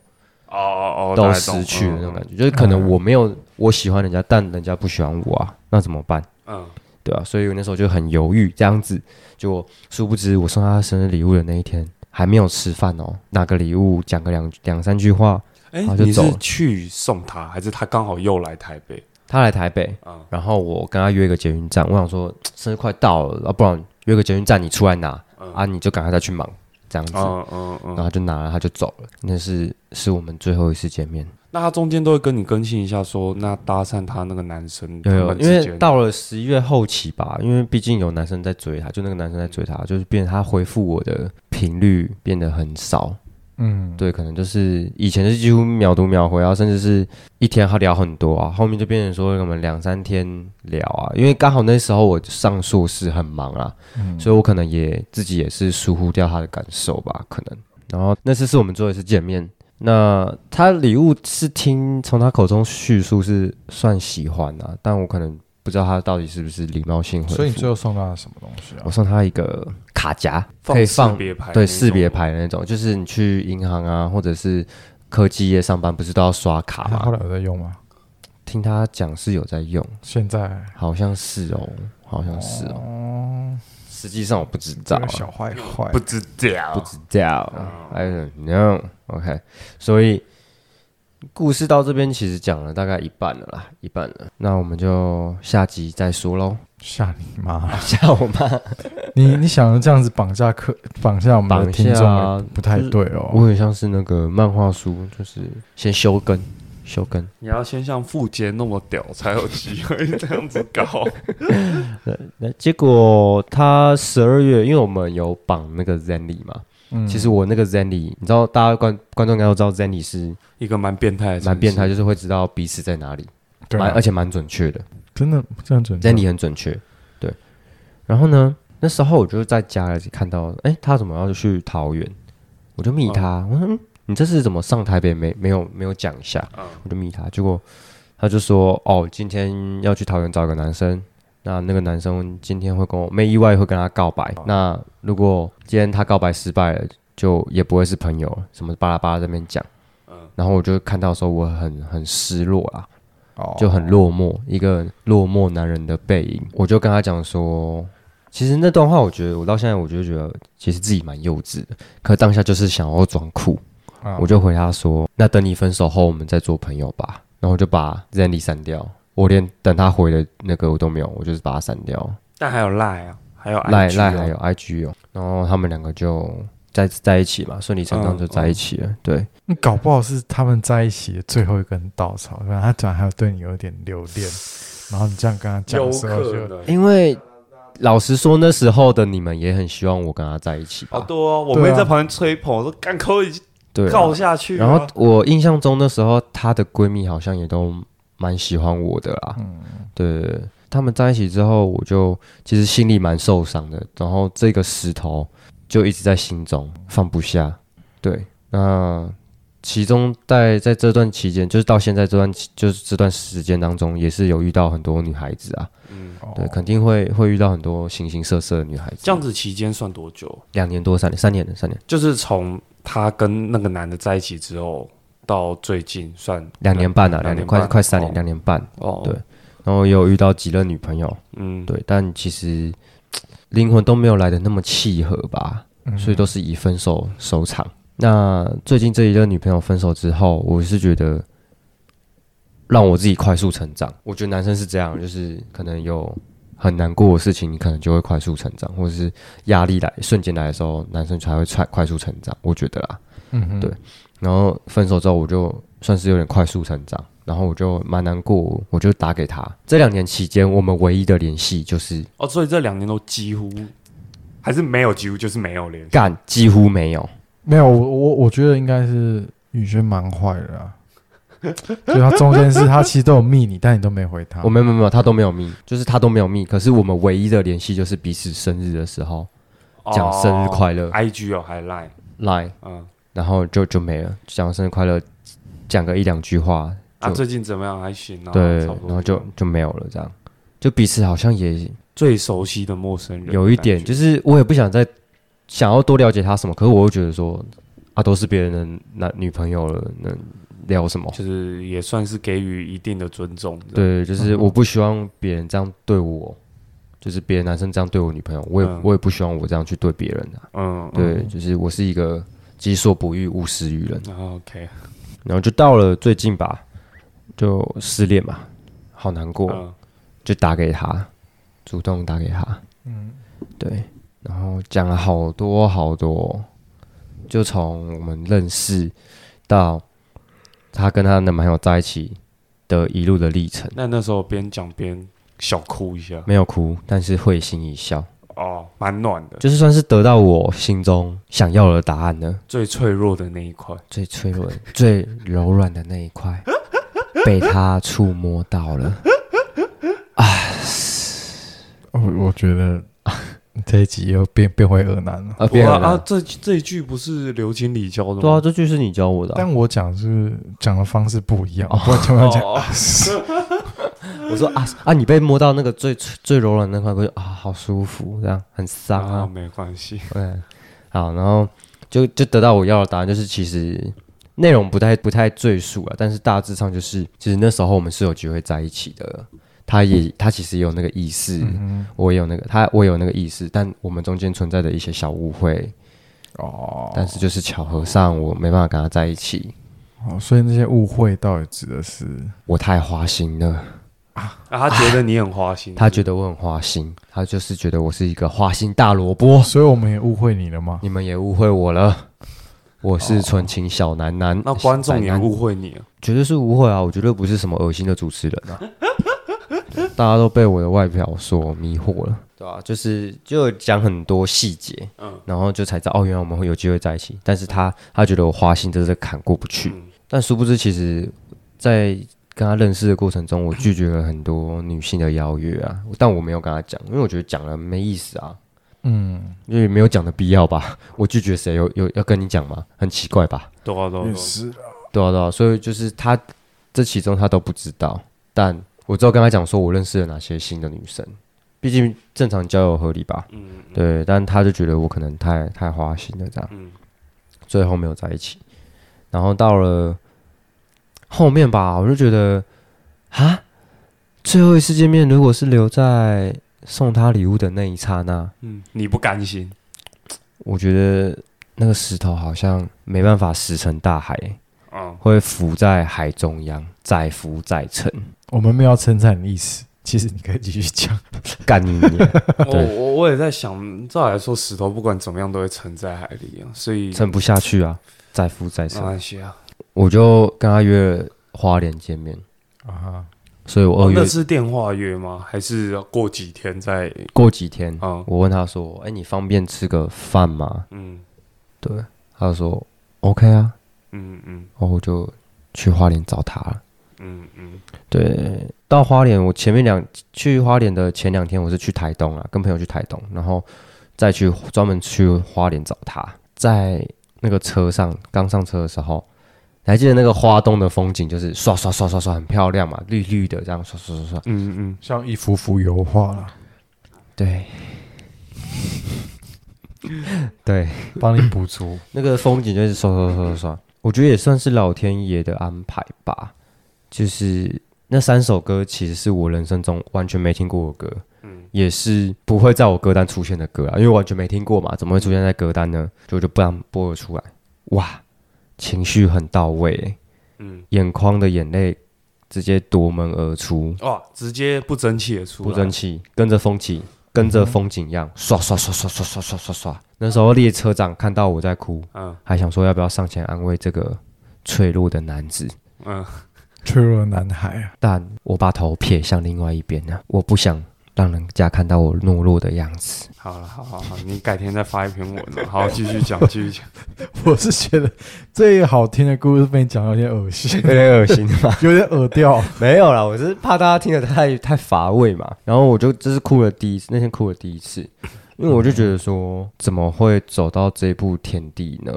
Speaker 1: 哦哦哦，大
Speaker 2: 都
Speaker 1: 概懂
Speaker 2: 失去了那种
Speaker 1: 嗯
Speaker 2: 感觉，就是可能我没有我喜欢人家，但人家不喜欢我啊，那怎么办？
Speaker 1: 嗯，
Speaker 2: 对啊，所以我那时候就很犹豫，这样子，就殊不知我送他生日礼物的那一天还没有吃饭哦，拿个礼物讲个两两三句话，
Speaker 1: 哎、
Speaker 2: 然后就
Speaker 1: 你
Speaker 2: 走
Speaker 1: 是
Speaker 2: 了
Speaker 1: 去送他，还是他刚好又来台北？
Speaker 2: 他来台北，
Speaker 1: 啊
Speaker 2: 然后我跟他约一个捷运站，我想说生日快到了，啊，不然约个捷运站你出来拿、啊，你就赶快再去忙，这样子。
Speaker 1: 嗯嗯
Speaker 2: 然
Speaker 1: 嗯。
Speaker 2: 后他就拿了，他就走了。那是是我们最后一次见面，
Speaker 1: 那他中间都会跟你更新一下说那搭讪他那个男生，
Speaker 2: 有
Speaker 1: 他
Speaker 2: 有，
Speaker 1: 们
Speaker 2: 因
Speaker 1: 之
Speaker 2: 为
Speaker 1: 间
Speaker 2: 到了十一月后期吧，因为毕竟有男生在追他，就那个男生在追他，就是变他回复我的频率变得很少，
Speaker 3: 嗯，
Speaker 2: 对，可能就是以前是几乎秒读秒回啊，甚至是一天他聊很多啊，后面就变成说我们两三天聊啊，因为刚好那时候我上硕士很忙啊，
Speaker 3: 嗯
Speaker 2: 所以我可能也自己也是疏忽掉他的感受吧，可能。然后那次是我们最后一次见面，那他礼物是听从他口中叙述是算喜欢啊，但我可能不知道他到底是不是礼貌性回复。
Speaker 3: 所以你最后送到了什么东西啊
Speaker 2: 我？送他一个卡夹，可以放
Speaker 1: 识别牌，
Speaker 2: 对识别。牌的那种，就是你去银行啊，或者是科技业上班，不是都要刷卡
Speaker 3: 他后
Speaker 2: 吗？
Speaker 3: 来有在用吗？
Speaker 2: 听他讲是有在用，
Speaker 3: 现在
Speaker 2: 好像是哦，好像是哦，
Speaker 3: 哦，
Speaker 2: 实际上我不知道
Speaker 3: 这
Speaker 2: 啊
Speaker 3: 个，小哦坏坏
Speaker 1: 不知
Speaker 2: 不
Speaker 1: 道，
Speaker 2: 知道，I don't know。OK，所以故事到这边其实讲了大概一半了啦，一半了，那我们就下集再说 喽。
Speaker 3: 吓你妈！
Speaker 2: 吓我妈！
Speaker 3: 你你想要这样子绑架客绑架我们的
Speaker 2: 绑
Speaker 3: 听
Speaker 2: 架
Speaker 3: 众
Speaker 2: 啊
Speaker 3: 也不太对哦。
Speaker 2: 我很像是那个漫画书，就是先修根，修根。
Speaker 1: 你要先像富坚那么屌才有机会这样子搞。
Speaker 2: 那结果他十二月，因为我们有绑那个 Zenly 嘛，
Speaker 3: 嗯
Speaker 2: 其实我那个 Zenly，你知道，大家观观众应该都知道 Zenly 是
Speaker 1: 一个蛮变态的城市，
Speaker 2: 蛮变态，就是会知道彼此在哪里，
Speaker 3: 对啊
Speaker 2: 蛮而且蛮准确的
Speaker 3: 真的这样准确
Speaker 2: ，Zenly 很准确，对。然后呢，那时候我就在家里看到，哎、他怎么要去桃园？我就密他，
Speaker 3: 哦
Speaker 2: 我说、嗯、你这次怎么上台北没没有没有讲一下？
Speaker 3: 哦
Speaker 1: 嗯
Speaker 2: 我就密他，结果他就说哦，今天要去桃园找一个男生，那那个男生今天会跟我没意外会跟他告
Speaker 3: 哦
Speaker 2: 白，那如果今天他告白失败了，就也不会是朋友了，什么巴拉巴拉这边讲。
Speaker 3: 嗯
Speaker 2: 然后我就看到的时候，我很很失落啊啦，
Speaker 3: 哦
Speaker 2: 就很落寞，一个落寞男人的背影。我就跟他讲说，其实那段话，我觉得我到现在，我就觉得其实自己蛮幼稚的，可当下就是想要装酷，
Speaker 1: 哦
Speaker 3: 啊
Speaker 2: 我就回他说：“那等你分手后，我们再做朋友吧。”然后我就把 Zenly 删掉，我连等他回的那个我都没有，我就是把他删掉。
Speaker 1: 但还有赖啊，还有
Speaker 2: 赖
Speaker 1: IG
Speaker 2: 赖
Speaker 1: 哦
Speaker 2: 还有 IG 哦，然后他们两个就在在一起嘛，顺理成
Speaker 1: 嗯
Speaker 2: 章就在一起了。对，
Speaker 3: 你搞不好是他们在一起的最后一根稻草，不然他突然还有对你有点留恋，然后你这样跟他讲
Speaker 1: 有
Speaker 3: 的时候
Speaker 1: 可
Speaker 3: 就，
Speaker 1: 能。哎
Speaker 2: 因为老实说，那时候的你们也很希望我跟他在一起
Speaker 1: 好
Speaker 2: 吧？
Speaker 1: 多、哦，我
Speaker 3: 对
Speaker 1: 妹
Speaker 3: 啊
Speaker 1: 在旁边吹捧，我说干可以
Speaker 2: 对啊。
Speaker 1: 告下去啊、
Speaker 2: 然后我印象中那时候她的闺蜜好像也都蛮喜欢我的啦。
Speaker 3: 嗯
Speaker 2: 对对，对他们在一起之后，我就其实心里蛮受伤的。然后这个石头就一直在心中放不下。对，那其中在在这段期间，就是到现在这段期就是这段时间当中，也是有遇到很多女孩子啊，
Speaker 1: 嗯
Speaker 2: 对，肯定会会遇到很多形形色色的女孩子。
Speaker 1: 这样子期间算多久？
Speaker 2: 两年多三年三年了三年
Speaker 1: 就是从他跟那个男的在一起之后到最近算
Speaker 2: 两年半了、啊，
Speaker 1: 两
Speaker 2: 两
Speaker 1: 年
Speaker 2: 年快
Speaker 1: 半
Speaker 2: 快三年
Speaker 1: 哦
Speaker 2: 两年半，
Speaker 1: 哦，
Speaker 2: 对然后也有遇到几任女朋友，
Speaker 1: 嗯，
Speaker 2: 对，但其实灵魂都没有来的那么契合吧，所以都是以分手收场。那最近这一任女朋友分手之后，我是觉得让我自己快速成长。我觉得男生是这样，就是可能有很难过的事情，你可能就会快速成长，或者是压力来瞬间来的时候，男生才会快快速成长。我觉得啦，
Speaker 3: 嗯哼
Speaker 2: 对然后分手之后，我就算是有点快速成长，然后我就蛮难过，我就打给他。这两年期间，我们唯一的联系就是
Speaker 1: 哦，所以这两年都几乎还是没有几乎就是没有联系，
Speaker 2: 干，几乎没有。
Speaker 1: 啊
Speaker 3: 没有，我我我觉得应该是宇轩蛮坏的啊，就他中间是他其实都有密你，但你都没回他。
Speaker 2: 我没有没有没有，他都没有密，就是他都没有密。可是我们唯一的联系就是彼此生日的时候讲生日快乐、
Speaker 1: 哦 i g 有还 line，
Speaker 2: 来，
Speaker 1: 嗯，
Speaker 2: 然后就就没了，讲生日快乐，讲个一两句话，
Speaker 1: 啊，
Speaker 2: 就
Speaker 1: 最近怎么样？还行啊，
Speaker 2: 对，
Speaker 1: 差不多
Speaker 2: 然后就就没有了，这样。就彼此好像也
Speaker 1: 最熟悉的陌生人的感觉，
Speaker 2: 有一点，就是我也不想再想要多了解他什么，可是我又觉得说，啊，都是别人的男女朋友了，能聊什么？
Speaker 1: 就是啊也算是给予一定的尊重，这样，
Speaker 2: 对，就是我不希望别人这样对我，就是别的男生这样对我女朋友，我也、
Speaker 1: 嗯
Speaker 2: 我也不希望我这样去对别人啊。
Speaker 1: 嗯，
Speaker 2: 对，就是我是一个己所不欲，勿施于人。
Speaker 1: 嗯啊，OK，
Speaker 2: 然后就到了最近吧，就失恋嘛，好难过，
Speaker 1: 嗯
Speaker 2: 就打给他，主动打给他，嗯，对，然后讲了好多好多，就从我们认识到她跟她男朋友在一起的一路的历程。
Speaker 1: 那那时候边讲边小哭一下，
Speaker 2: 没有哭，但是会心一笑，
Speaker 1: 哦，蛮暖的，
Speaker 2: 就是算是得到我心中想要的答案了。
Speaker 1: 最脆弱的那一块，
Speaker 2: 最脆弱、最柔软的那一块，被他触摸到了。啊
Speaker 3: 我哦我觉得这一集又变变回恶男了。
Speaker 2: 啊，
Speaker 1: 不
Speaker 2: 变了
Speaker 1: 啊，
Speaker 2: 啦。
Speaker 1: 这这一句不是刘经理教的吗？哦
Speaker 2: 对啊，这句是你教我的啊、
Speaker 3: 但我讲是讲的方式不一样，我不会突然讲
Speaker 1: 哦，
Speaker 2: 我
Speaker 3: 嗯
Speaker 2: 说啊啊，你被摸到那个最最柔软的那块，会啊，好舒服，这样很
Speaker 1: 啊
Speaker 2: 伤啊。
Speaker 1: 没关系，
Speaker 2: 嗯，好，然后就就得到我要的答案，就是其实内容不太不太赘述啊了，但是大致上就是，其实那时候我们是有机会在一起的。他也他其实也有那个意识，
Speaker 3: 嗯
Speaker 2: 我也有那个他我也有那个意识，但我们中间存在的一些小误会，
Speaker 3: 哼哦，
Speaker 2: 但是就是巧合上我没办法跟他在一起，
Speaker 3: 哦，所以那些误会到底指的是
Speaker 2: 我太花心了。
Speaker 1: 啊，他觉得你很花心，
Speaker 2: 他觉
Speaker 1: 得
Speaker 2: 得我很花心，他就是觉得我是一个花心大萝卜。
Speaker 3: 所以我们也误会你了吗？
Speaker 2: 你们也误会我了，我是纯情小男男。
Speaker 1: 那观众
Speaker 2: 宅
Speaker 1: 也
Speaker 2: 男
Speaker 1: 误会你了，
Speaker 2: 绝对是误会啊！我绝对不是什么恶心的主持人啊！大家都被我的外表所迷惑了，对啊，就是就讲很多细节，嗯，然后就才知道哦，原来我们会有机会在一起。但是他他觉得我花心真的是坎过不去，
Speaker 1: 嗯
Speaker 2: 但殊不知其实，在跟他认识的过程中，我拒绝了很多女性的邀约啊，但我没有跟他讲，因为我觉得讲了没意思啊，
Speaker 3: 嗯，
Speaker 2: 因为没有讲的必要吧。我拒绝谁有有要跟你讲吗？很奇怪吧？
Speaker 1: 对啊对啊对
Speaker 3: 也
Speaker 1: 啊，
Speaker 3: 是
Speaker 2: 对啊，对啊，所以就是他这其中他都不知道，但我只有跟他讲说我认识了哪些新的女生，毕竟正常交友合理吧，
Speaker 1: 嗯嗯
Speaker 2: 对，但他就觉得我可能太太花心了这样，
Speaker 1: 嗯，
Speaker 2: 最后没有在一起，然后到了后面吧，我就觉得啊，最后一次见面如果是留在送他礼物的那一刹那，
Speaker 1: 嗯，你不甘心，
Speaker 2: 我觉得那个石头好像没办法石沉大海、
Speaker 1: 嗯，
Speaker 2: 会浮在海中央，载浮载沉。
Speaker 3: 我们没有要称赞你的意思，其实你可以继续讲。
Speaker 2: 干你娘，
Speaker 1: 我我我也在想，照来说石头不管怎么样都会沉在海里啊，所以
Speaker 2: 撑不下去
Speaker 1: 哦
Speaker 2: 啊，再负再
Speaker 1: 没
Speaker 2: 沉。
Speaker 1: 关系啊。
Speaker 2: 我就跟他约了花莲见面，
Speaker 3: 啊，
Speaker 2: 所以我
Speaker 1: 哦
Speaker 2: 二月
Speaker 1: 那是电话约吗？还是要过几天再？
Speaker 2: 过几天，
Speaker 1: 嗯
Speaker 2: 我问他说：“哎、你方便吃个饭吗
Speaker 1: 嗯？”
Speaker 2: 对，他就说：“OK 啊。
Speaker 1: 嗯嗯”
Speaker 2: 然后我就去花莲找他了。
Speaker 1: 嗯嗯
Speaker 2: 对，到花莲，我前面两去花莲的前两天，我是去台东啊，跟朋友去台东，然后再去专门去花莲找他。在那个车上刚上车的时候，你还记得那个花东的风景，就是刷刷刷刷刷，很漂亮嘛，绿绿的这样刷刷刷刷。
Speaker 1: 嗯嗯，
Speaker 3: 像一幅幅油画啦，
Speaker 2: 对， 对，
Speaker 3: 帮你补足。
Speaker 2: 那个风景就是刷刷刷刷刷，我觉得也算是老天爷的安排吧。就是那三首歌其实是我人生中完全没听过的歌，也是不会在我歌单出现的歌啊，因为完全没听过嘛，怎么会出现在歌单呢？就就不然播了出来，哇，情绪很到位、嗯，眼眶的眼泪直接夺门而出，
Speaker 1: 哇，直接不争气的出来，
Speaker 2: 不争气，跟着风景，跟着风景一样，嗯刷刷刷刷刷刷刷刷刷。那时候列车长看到我在哭，
Speaker 1: 嗯
Speaker 2: 还想说要不要上前安慰这个脆弱的男子，
Speaker 1: 嗯，
Speaker 3: 脆弱的男孩啊，
Speaker 2: 但我把头撇向另外一边了，我不想让人家看到我懦弱的样子。
Speaker 1: 好了，好好好，你改天再发一篇文了，好，继续 讲，继续讲，
Speaker 3: 我是觉得这个好听的故事被你讲有点恶心，
Speaker 2: 有点恶 心吧？
Speaker 3: 有点耳掉。
Speaker 2: 没有啦，我是怕大家听得太太乏味嘛。然后我就这是哭了第一次，那天哭了第一次，因为我就觉得说，怎么会走到这步田地呢？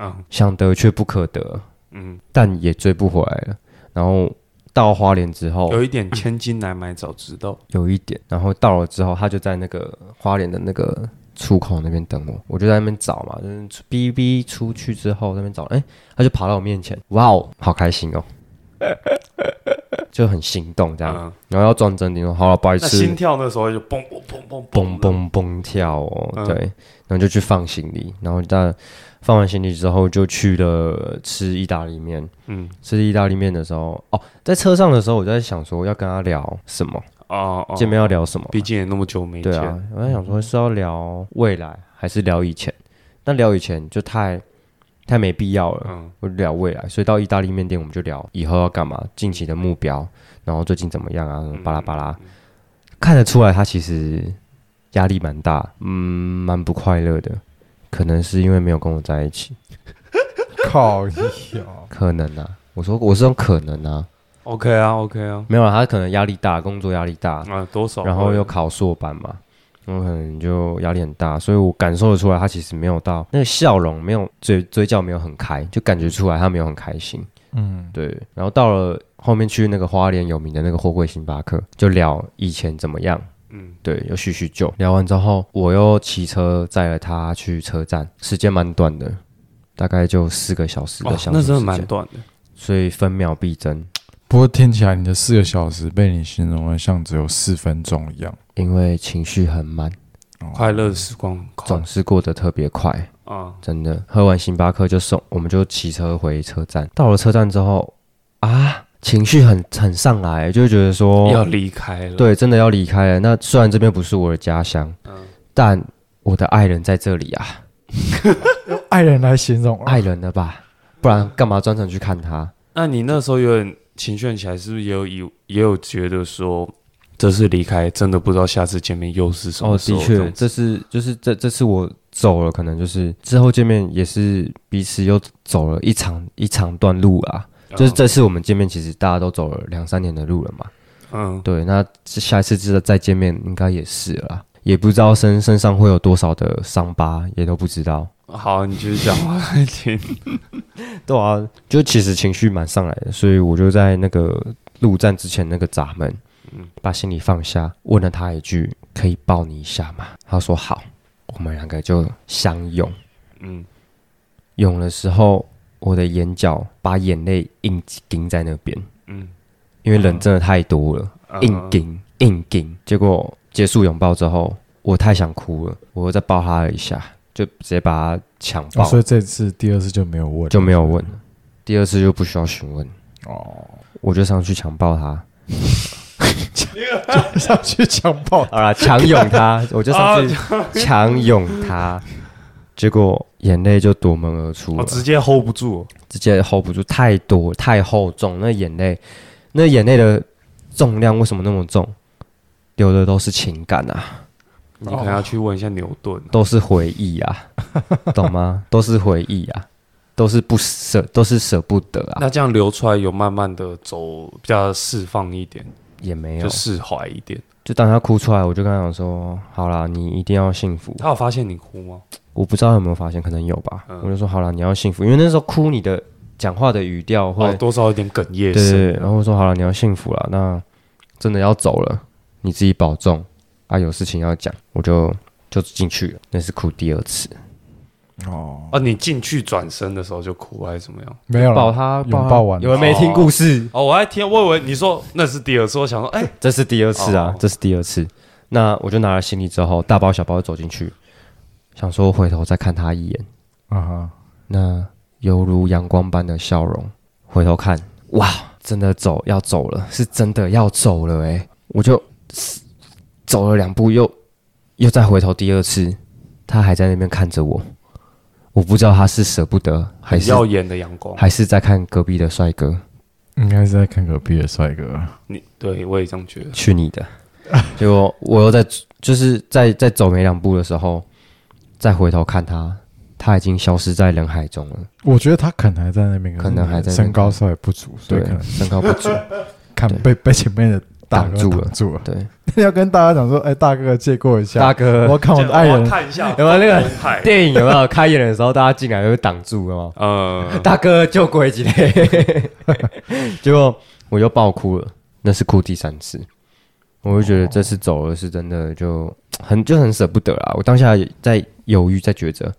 Speaker 1: 嗯
Speaker 2: 想得却不可得，
Speaker 1: 嗯，
Speaker 2: 但也追不回来了。然后到花莲之后，
Speaker 1: 有一点千金难买早知道，
Speaker 2: 有一点，然后到了之后，他就在那个花莲的那个出口那边等我，我就在那边找嘛，就是哔哔出去之后在那边找，哎、他就跑到我面前，哇哦，好开心哦， 就很心动这样，
Speaker 1: 嗯，
Speaker 2: 然后要装镇定说，好了，不好意
Speaker 1: 那心
Speaker 2: 思，
Speaker 1: 跳那时候就嘣嘣嘣嘣嘣
Speaker 2: 蹦
Speaker 1: 的，
Speaker 2: 蹦蹦跳哦，
Speaker 1: 嗯
Speaker 2: 对，然后就去放行李，然后在放完行李之后就去了吃意大利面，
Speaker 1: 嗯，
Speaker 2: 吃意大利面的时候，哦，在车上的时候我就在想说要跟他聊什么，
Speaker 1: 哦哦，
Speaker 2: 见面要聊什么。
Speaker 1: 毕竟也嗯那么久没
Speaker 2: 对
Speaker 1: 见，
Speaker 2: 啊，我在想说是要聊未来还是聊以前？那聊以前就太太没必要了，
Speaker 1: 嗯
Speaker 2: 我就聊未来。所以到意大利面店，我们就聊以后要干嘛，近期的目标，然后最近怎么样啊，巴拉巴拉。看得出来，他其实压力蛮大，嗯，蛮不快乐的。可能是因为没有跟我在一起，
Speaker 3: 靠呀！
Speaker 2: 可能啊。我说我是用可能啊，
Speaker 1: ，OK 啊，OK 啊，
Speaker 2: 没有啊，他可能压力大，工作压力大，
Speaker 1: 啊，多少会，
Speaker 2: 然后又考硕班嘛，我可能就压力很大，所以我感受得出来，他其实没有到那个笑容，没有嘴嘴角没有很开，就感觉出来他没有很开心。
Speaker 3: 嗯，
Speaker 2: 对，然后到了后面去那个花莲有名的那个货柜星巴克，就聊以前怎么样，
Speaker 1: 嗯，
Speaker 2: 对，又叙叙旧。聊完之后，我又骑车载了他去车站，时间蛮短的，大概就四个小时
Speaker 1: 哦
Speaker 2: 的相处
Speaker 1: 那
Speaker 2: 时
Speaker 1: 真
Speaker 2: 间，
Speaker 1: 的蛮短的，
Speaker 2: 所以分秒必争，
Speaker 3: 不过听起来你的四个小时被你形容的像只有四分钟一样。
Speaker 2: 因为情绪很满，
Speaker 3: 哦
Speaker 1: 快乐的时光很快
Speaker 2: 总是过得特别快。
Speaker 1: 啊，
Speaker 2: 真的，喝完星巴克就送，我们就骑车回车站。到了车站之后啊，情绪很很上来，就会觉得
Speaker 1: 要
Speaker 2: 说，
Speaker 1: 离开了，，
Speaker 2: 对，真的要离开了。那虽然这边不是我的家乡，
Speaker 1: 嗯
Speaker 2: 但我的爱人在这里啊，
Speaker 3: 爱人来形容啊，
Speaker 2: 爱人了吧？不然干嘛专程去看他？
Speaker 1: 那你那时候有点情绪起来，是不是也有以也有觉得说这次离开真的不知道下次见面又是什
Speaker 2: 哦，
Speaker 1: 么时
Speaker 2: 的
Speaker 1: 候？
Speaker 2: 确，这是就是这这次我走了，可能就是之后见面也是彼此又走了一长一长段路啊。
Speaker 1: 嗯
Speaker 2: 就是这次我们见面，其实大家都走了两三年的路了嘛。
Speaker 1: 嗯，
Speaker 2: 对，那下一次记得再见面，应该也是了啦，也不知道身身上会有多少的伤疤，也都不知道。
Speaker 1: 好，你继续 讲，我来听。
Speaker 2: 对啊，就其实情绪蛮上来的，所以我就在那个陆战之前那个闸门，
Speaker 1: 嗯
Speaker 2: 把行李放下，问了他一句：“可以抱你一下吗？”他说：“好。”我们两个就相拥，
Speaker 1: 嗯，
Speaker 2: 拥的时候，我的眼角把眼泪硬盯在那边，
Speaker 1: 嗯，
Speaker 2: 因为人真的太多了。
Speaker 1: 嗯
Speaker 2: 硬顶硬顶，结果结束拥抱之后，我太想哭了，我又再抱他了一下，就直接把他强
Speaker 3: 哦
Speaker 2: 抱，
Speaker 3: 所以这次第二次就没有问，
Speaker 2: 就没有问了。第二次就不需要询问，
Speaker 3: 哦，
Speaker 2: 我就上去强抱他，
Speaker 3: 上去强暴
Speaker 2: 好啦，强 拥他，我就上去
Speaker 1: 啊
Speaker 2: 强拥他，结果眼泪就夺门而出
Speaker 1: 我
Speaker 2: 了，
Speaker 1: 哦
Speaker 2: 哦
Speaker 1: 直接 hold 不住，哦
Speaker 2: 直接 hold 不住，太多太厚重，那眼泪，那眼泪的重量为什么那么重？流的都是情感啊。
Speaker 1: 你可能要去问一下牛顿。
Speaker 2: 都是回忆 啊，懂吗？都是回忆啊，都是不舍，都是舍不得啊，
Speaker 1: 那这样流出来有慢慢的走，比较释放一点，
Speaker 2: 也没有，
Speaker 1: 就
Speaker 2: 就是
Speaker 1: 释怀一点。
Speaker 2: 就当他哭出来，我就跟他讲说，好啦，你一定要幸福。
Speaker 1: 他有发现你哭吗？
Speaker 2: 我不知道他有没有发现，可能有吧。我就说好啦，你要幸福，因为那时候哭你的讲话的语调会，
Speaker 1: 哦，多少有点哽咽
Speaker 2: 对
Speaker 1: 声。
Speaker 2: 对对，然后我说好了，你要幸福了，那真的要走了，你自己保重啊，有事情要讲，我就就进去了。那是哭第二次，
Speaker 3: 哦，
Speaker 1: 哦，你进去转身的时候就哭还是怎么样？
Speaker 3: 没有
Speaker 2: 抱
Speaker 3: 了，
Speaker 2: 他，
Speaker 3: 拥
Speaker 2: 抱他
Speaker 3: 抱完
Speaker 2: 有人没听故事？
Speaker 1: 哦，我还听，我以为你说那是第二次，我想说，哎、
Speaker 2: 这是第二次啊
Speaker 1: 哦，
Speaker 2: 这是第二次。那我就拿了行李之后，大包小包走进去，想说回头再看他一眼，
Speaker 3: 啊哈，
Speaker 2: 那犹如阳光般的笑容。回头看，哇，真的走要走了，是真的要走了诶、我就嘶走了两步，又又再回头第二次，他还在那边看着我，我不知道他是舍不得，还
Speaker 1: 很
Speaker 2: 是
Speaker 1: 耀眼的阳光。
Speaker 2: 还是在看隔壁的帅哥。
Speaker 3: 应该是在看隔壁的帅哥。
Speaker 1: 你对我也这样觉得。
Speaker 2: 去你的！结果我又在就是在在走没两步的时候，再回头看他，他已经消失在人海中了。
Speaker 3: 我觉得他可能还在那边，
Speaker 2: 可能还在那边
Speaker 3: 身高稍微不足，所以
Speaker 2: 对
Speaker 3: 可能，
Speaker 2: 身高不足。
Speaker 3: 看
Speaker 2: 对
Speaker 3: 被 被前面的大哥
Speaker 2: 挡住了
Speaker 3: 挡住了。
Speaker 2: 对，
Speaker 3: 要跟大家讲说，哎，大哥借过一下
Speaker 2: 大，
Speaker 3: 我
Speaker 2: 哥，
Speaker 3: 要看我的爱
Speaker 1: 要
Speaker 3: 人。
Speaker 1: 看一 下
Speaker 2: 有没有那个
Speaker 1: 动态
Speaker 2: 电影有没有开演的时候，大家进来都会挡住了吗？
Speaker 1: 呃，
Speaker 2: 大哥救鬼几天， 结果我又爆哭了，那是哭第三次，我就觉得这次走了是真的就很就很舍不得啊啦。我当下也在犹豫，在抉择，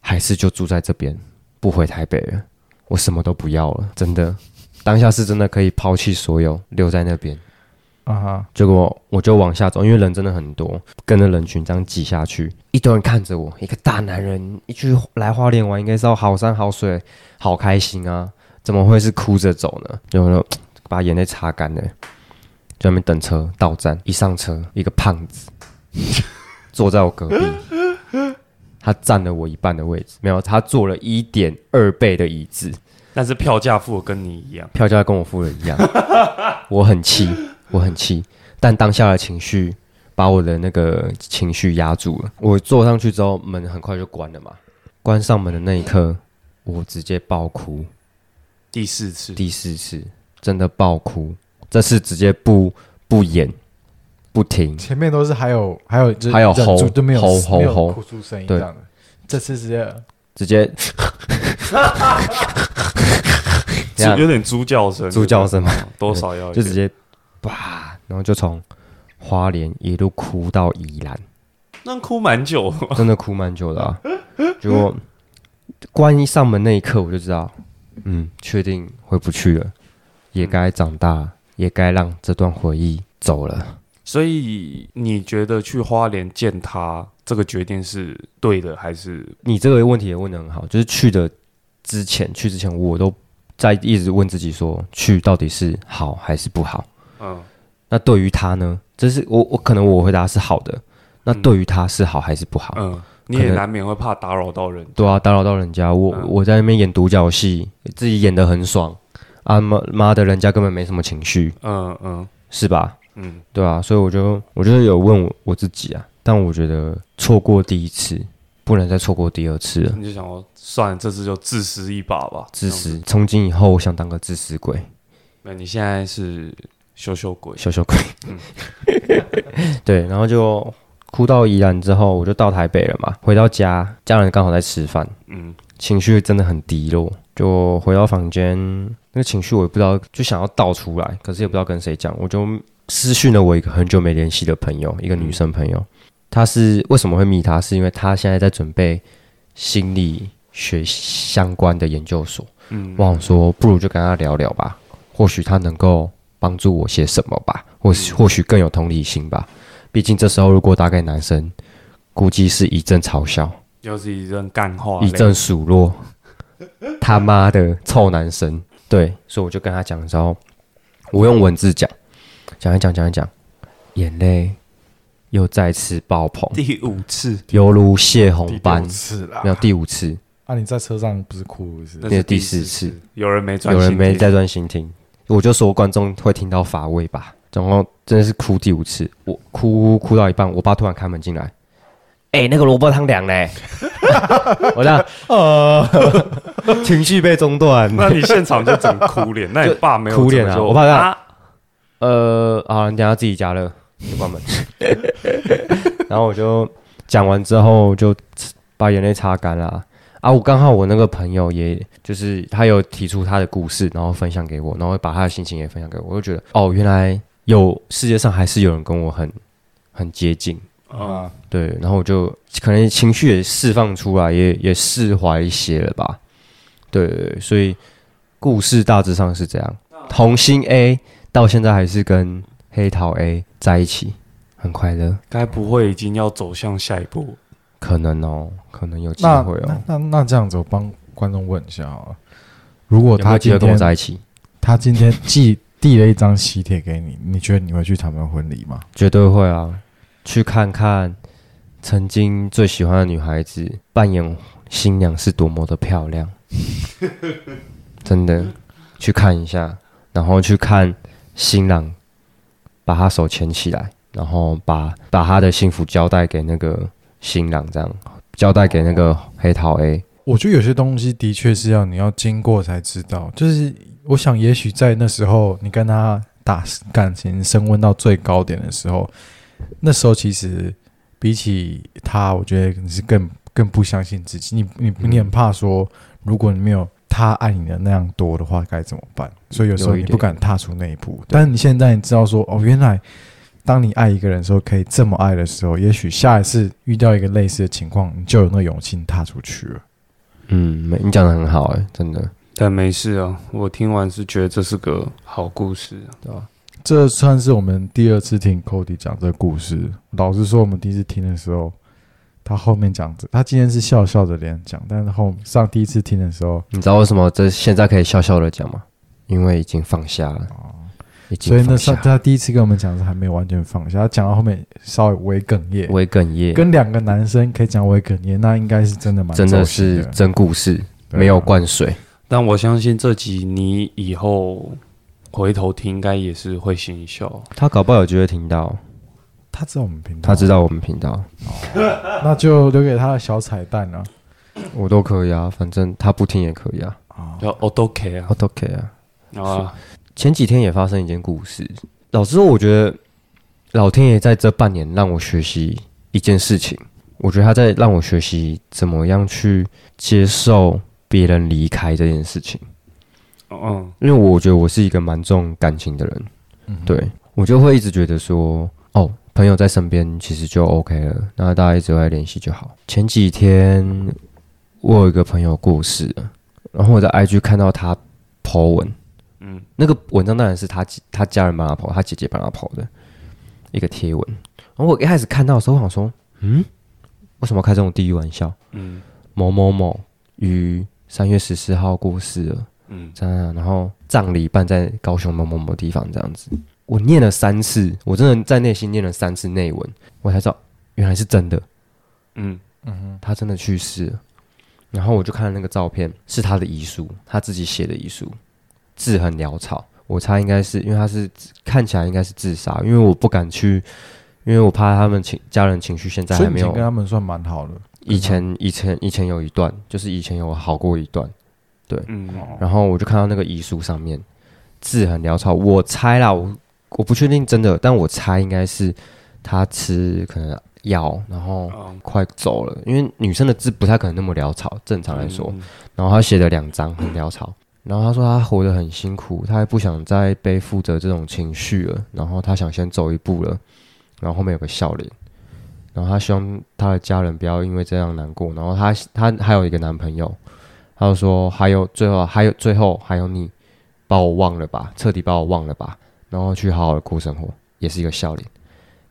Speaker 2: 还是就住在这边，不回台北了，我什么都不要了，真的，当下是真的可以抛弃所有，留在那边。
Speaker 3: 啊哈，
Speaker 2: 结果我就往下走，因为人真的很多，跟着人群这样挤下去，一堆人看着我，一个大男人，一去来花莲玩，应该是要好山好水，好开心啊，怎么会是哭着走呢？然后呢把眼泪擦干了，就在那边等车到站，一上车，一个胖子坐在我隔壁，他占了我一半的位置，没有，他坐了一点二倍的椅子，
Speaker 1: 但是票价付的跟你一样，
Speaker 2: 票价跟我付的一样， 我很气，我很气，但当下的情绪把我的那个情绪压住了。我坐上去之后，门很快就关了嘛。关上门的那一刻，我直接爆哭，
Speaker 1: 第四次，
Speaker 2: 第四次真的爆哭，这次直接不不演不停，
Speaker 3: 前面都是还有还有就是
Speaker 2: 还有
Speaker 3: 忍
Speaker 2: 吼
Speaker 3: 住就没有
Speaker 2: 吼吼
Speaker 3: 没有
Speaker 2: 吼
Speaker 3: 哭出声音
Speaker 2: 对
Speaker 3: 这样的。这次直接
Speaker 2: 直接
Speaker 1: 猪
Speaker 2: 这样
Speaker 1: 有点猪叫声，
Speaker 2: 猪叫声嘛
Speaker 1: 对吧，多少要
Speaker 2: 就直接啪，然后就从花莲一路哭到宜兰。
Speaker 1: 那哭蛮久，
Speaker 2: 真的哭蛮久的啊。结果关一上门那一刻，我就知道，嗯，确定回不去了，也该长大，也该让这段回忆走了。
Speaker 1: 所以你觉得去花莲见他这个决定是对的，还是
Speaker 2: 你这个问题也问得很好，就是去的之前，去之前我都在一直问自己说，去到底是好还是不好？
Speaker 1: 嗯
Speaker 2: 那对于他呢？这是我我可能我回答是好的，那对于他是好还是不好？
Speaker 1: 嗯，你
Speaker 2: 啊可
Speaker 1: 也
Speaker 2: 能
Speaker 1: 难免会怕打扰到人，
Speaker 2: 对啊，打扰到人家，我、
Speaker 1: 嗯
Speaker 2: 我在那边演独角戏，自己演的很爽啊妈妈的，人家根本没什么情绪，
Speaker 1: 嗯嗯
Speaker 2: 是吧？
Speaker 1: 嗯，
Speaker 2: 对啊，所以我就我就是有问我我自己啊，但我觉得错过第一次，不能再错过第二次了。
Speaker 1: 你就想说算了，这次就自私一把吧，
Speaker 2: 自
Speaker 1: 这样子。
Speaker 2: 私，从今以后我想当个自私鬼，
Speaker 1: 那你现在是羞羞鬼，
Speaker 2: 小小鬼。 对，然后就哭到宜兰之后，我就到台北了嘛。回到家，家人刚好在吃饭，
Speaker 1: 嗯，
Speaker 2: 情绪真的很低落，就回到房间，那个情绪我也不知道，就想要倒出来，可是也不知道跟谁讲，我就私讯了我一个很久没联系的朋友，一个女生朋友，她是为什么会密她，是因为她现在在准备心理学相关的研究所，
Speaker 1: 嗯
Speaker 2: 我想说不如就跟她聊聊吧，或许她能够帮助我些什么吧，或许或许更有同理心吧，毕竟这时候如果打给男生，估计是一阵嘲笑。
Speaker 1: 又是一阵干话，
Speaker 2: 一阵数落，他妈的臭男生。对，所以我就跟他讲的时候，我用文字讲，讲一讲，讲一讲，眼泪又再次爆棚，
Speaker 1: 第五次，
Speaker 2: 犹如泄
Speaker 3: 第
Speaker 2: 洪般
Speaker 3: 六。次啦
Speaker 2: 没。有第五次，
Speaker 3: 啊，你在车上不是哭了是不
Speaker 1: 那
Speaker 2: 是
Speaker 3: 是？
Speaker 1: 是
Speaker 2: 第
Speaker 1: 四
Speaker 2: 四次，
Speaker 1: 有人没专
Speaker 2: 有
Speaker 1: 心，
Speaker 2: 人没在，专心听，我就说观众会听到乏味吧。然后真的是哭第五次，我哭哭到一半，我爸突然开门进来，哎、那个萝卜汤凉嘞！我这样，呃， 情绪被中断。
Speaker 1: 那你现场 就整哭脸，那你爸没有
Speaker 2: 哭脸啊
Speaker 1: 怎么就
Speaker 2: 我怕他
Speaker 1: 啊
Speaker 2: 呃，好，你等一下自己加热。就关门。 然后我就讲完之后，就把眼泪擦干了啊。啊，我刚好我那个朋友也就是他有提出他的故事，然后分享给我，然后把他的心情也分享给我，我就觉得哦，原来有世界上还是有人跟我很很接近，
Speaker 1: 啊，
Speaker 2: 对，然后我就可能情绪也释放出来，也也释怀一些了吧。对，所以故事大致上是这样。红心 A 到现在还是跟黑桃 A 在一起，很快乐，
Speaker 1: 该不会已经要走向下一步？
Speaker 2: 可能哦，可能有机
Speaker 3: 那
Speaker 2: 会哦。
Speaker 3: 那那那这样子，我帮观众问一下好了，如果
Speaker 2: 有没
Speaker 3: 他
Speaker 2: 有机
Speaker 3: 今
Speaker 2: 会跟我
Speaker 3: 天
Speaker 2: 在一起？
Speaker 3: 他今天寄递了一张喜帖给你，你觉得你会去他们的婚礼吗？
Speaker 2: 绝对会啊！去看看曾经最喜欢的女孩子扮演新娘是多么的漂亮， 真的去看一下，然后去看新郎把他手牵起来，然后把把他的幸福交代给那个新郎，这样交代给那个黑桃 A。
Speaker 3: 我觉得有些东西的确是要你要经过才知道。就是我想，也许在那时候你跟他打感情升温到最高点的时候，那时候其实比起他，我觉得你是更更不相信自己。你你你很怕说，如果你没有他爱你的那样多的话，该怎么办？所以有时候
Speaker 2: 有一
Speaker 3: 你
Speaker 2: 点
Speaker 3: 不敢踏出那一步。但是你现在你知道说，哦，原来。当你爱一个人的时候，可以这么爱的时候，也许下一次遇到一个类似的情况，你就有那勇气踏出去了。
Speaker 2: 嗯，没你讲的很好哎、真的，
Speaker 1: 但没事啊，我听完是觉得这是个好故事、啊。
Speaker 2: 对吧？
Speaker 3: 这算是我们第二次听 Cody 讲这个故事。老实说，我们第一次听的时候，他后面讲着，他今天是笑笑着脸讲，但是后上第一次听的时候，
Speaker 2: 你知道为什么这现在可以笑笑的讲吗？因为已经放下了，已经
Speaker 3: 所以那
Speaker 2: 放
Speaker 3: 上
Speaker 2: 下
Speaker 3: 他第一次跟我们讲是还没有完全放下，他讲到后面稍微微哽咽，
Speaker 2: 微哽咽，
Speaker 3: 跟两个男生可以讲微哽咽，那应该是真的蛮
Speaker 2: 真的
Speaker 3: 走心
Speaker 2: 是
Speaker 3: 的
Speaker 2: 真故事，
Speaker 3: 对啊
Speaker 2: 没有灌水。
Speaker 1: 但我相信这集你以后回头听，应该也是会心一笑。
Speaker 2: 他搞不好有机会听到，
Speaker 3: 他知道我们频道，
Speaker 2: 他知道我们频道，
Speaker 3: 道，那就留给他的小彩蛋啊了、
Speaker 2: 我都可以啊，反正他不听也可以啊，
Speaker 3: 啊。
Speaker 1: 叫 o d o k 啊
Speaker 2: 我，都可以啊。
Speaker 1: 啊，
Speaker 2: 前几天也发生一件故事，老实说，我觉得老天爷在这半年让我学习一件事情，我觉得他在让我学习怎么样去接受别人离开这件事情，
Speaker 1: 嗯，
Speaker 2: 因为我觉得我是一个蛮重感情的人，
Speaker 3: 嗯哼
Speaker 2: 对我就会一直觉得说，哦，朋友在身边其实就 OK 了，那大家一直在联系就好。前几天我有一个朋友过世了，然后我在 IG 看到他 po 文，嗯
Speaker 1: 嗯，
Speaker 2: 那个文章当然是他他家人帮他 po，他姐姐帮他 po 的一个贴文。然后我一开始看到的时候，我想说，嗯，为什么要开这种地狱玩笑？
Speaker 1: 嗯
Speaker 2: 某某某于三月十四号过世了。
Speaker 1: 嗯
Speaker 2: 这样，然后葬礼办在高雄某某某地方这样子。我念了三次，我真的在内心念了三次内文，我才知道原来是真的，
Speaker 1: 嗯，
Speaker 3: 嗯哼，
Speaker 2: 他真的去世了。然后我就看了那个照片，是他的遗书，他自己写的遗书，字很潦草。我猜应该是因为他是看起来应该是自杀，因为我不敢去，因为我怕他们情家人情绪现在
Speaker 3: 所
Speaker 2: 还
Speaker 3: 以你
Speaker 2: 没
Speaker 3: 以前
Speaker 2: 有
Speaker 3: 跟他们算蛮好的，
Speaker 2: 以前以前以前有一段，就是以前有好过一段，
Speaker 1: 嗯，
Speaker 2: 然后我就看到那个遗书上面字很潦草，我猜啦，我我不确定真的，但我猜应该是她吃可能药，然后
Speaker 1: 嗯，
Speaker 2: 快走了，因为女生的字不太可能那么潦草，正常来说。然后她写了两张很潦草，然后她说她活得很辛苦，她还不想再背负着这种情绪了，然后她想先走一步了，然后后面有个笑脸。然后她希望她的家人不要因为这样难过。然后她她还有一个男朋友，她就说还有最后还有最后还有你，把我忘了吧，彻底把我忘了吧，然后去好好的过生活，也是一个笑脸。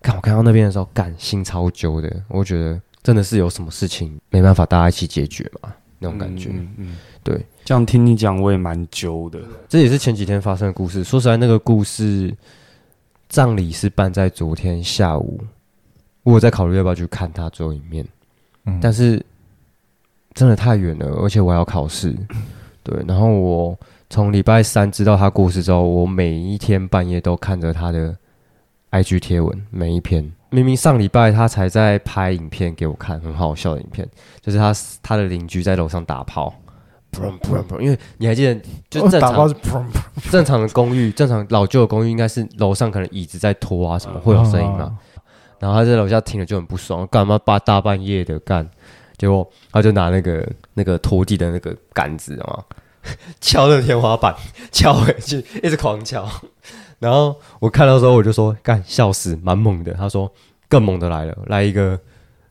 Speaker 2: 看我看到那边的时候，干心超揪的，我觉得真的是有什么事情没办法大家一起解决嘛，
Speaker 1: 那
Speaker 2: 那种感觉。
Speaker 1: 嗯嗯，
Speaker 2: 对，
Speaker 1: 这样听你讲我也蛮揪的，
Speaker 2: 这也是前几天发生的故事。说实在，那个故事葬礼是办在昨天下午，我有在考虑要不要去看他最后一面，
Speaker 3: 嗯
Speaker 2: 但是真的太远了，而且我还要考试。对，然后我从礼拜三知道他过世之后，我每一天半夜都看着他的 IG 贴文，每一篇。明明上礼拜他才在拍影片给我看，很好笑的影片，就是他他的邻居在楼上打炮，砰砰砰，因为你还记得，就
Speaker 3: 哦
Speaker 2: 正
Speaker 3: 打
Speaker 2: 常
Speaker 3: 包是砰砰，
Speaker 2: 正常的公寓，正常老旧的公寓应该是楼上可能椅子在拖啊什么，会有声音嘛。然后他在楼下听了就很不爽，干嘛大大半夜的干？结果他就拿那个那个拖地的那个杆子啊， 敲那个天花板， 敲回去，一直狂敲。然后我看到的时候我就说干，笑死，蛮猛的。他说更猛的来了，来一个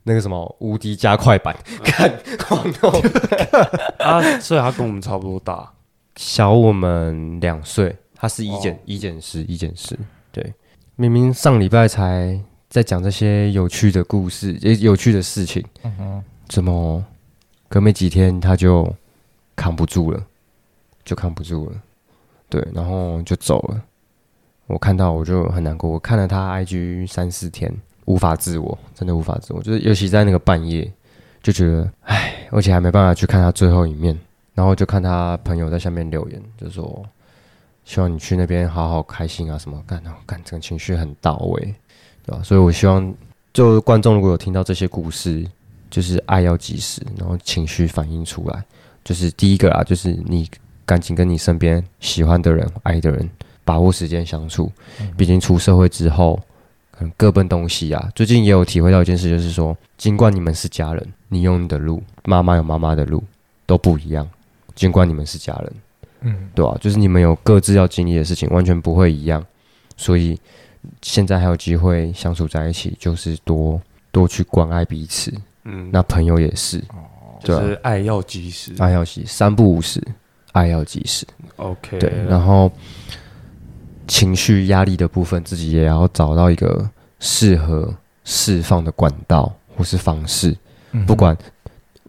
Speaker 2: 那个什么无敌加快版，看狂弄，
Speaker 1: 啊，所以他跟我们差不多大，
Speaker 2: 小我们两岁，他是一减
Speaker 1: 哦
Speaker 2: 一减十，一减十。对，明明上礼拜才在讲这些有趣的故事，也有趣的事情，
Speaker 3: 嗯哼
Speaker 2: 怎么隔没几天他就扛不住了，就扛不住了，对，然后就走了。我看到我就很难过，我看了他 IG 三四天，无法自我，真的无法自我，就是尤其在那个半夜，就觉得唉，而且还没办法去看他最后一面，然后就看他朋友在下面留言，就说希望你去那边好好开心啊什么，干哦干，整个情绪很到位，对吧、所以我希望就观众如果有听到这些故事，就是爱要及时，然后情绪反映出来。就是第一个啊，就是你赶紧跟你身边喜欢的人、爱的人把握时间相处。
Speaker 3: 啊
Speaker 2: 毕竟出社会之后，可能各奔东西啊。最近也有体会到一件事，就是说，尽管你们是家人，你有你的路，妈妈有妈妈的路，都不一样。尽管你们是家人，
Speaker 3: 嗯，
Speaker 2: 对啊，就是你们有各自要经历的事情，完全不会一样。所以现在还有机会相处在一起，就是多多去关爱彼此。
Speaker 1: 嗯，
Speaker 2: 那朋友也是，对
Speaker 1: 就
Speaker 2: 啊
Speaker 1: 是爱要及时
Speaker 2: 爱要及三不五时，爱要及时。
Speaker 1: ，OK，
Speaker 2: 对，然后情绪压力的部分，自己也要找到一个适合释放的管道或是方式。
Speaker 3: 嗯
Speaker 2: 不管，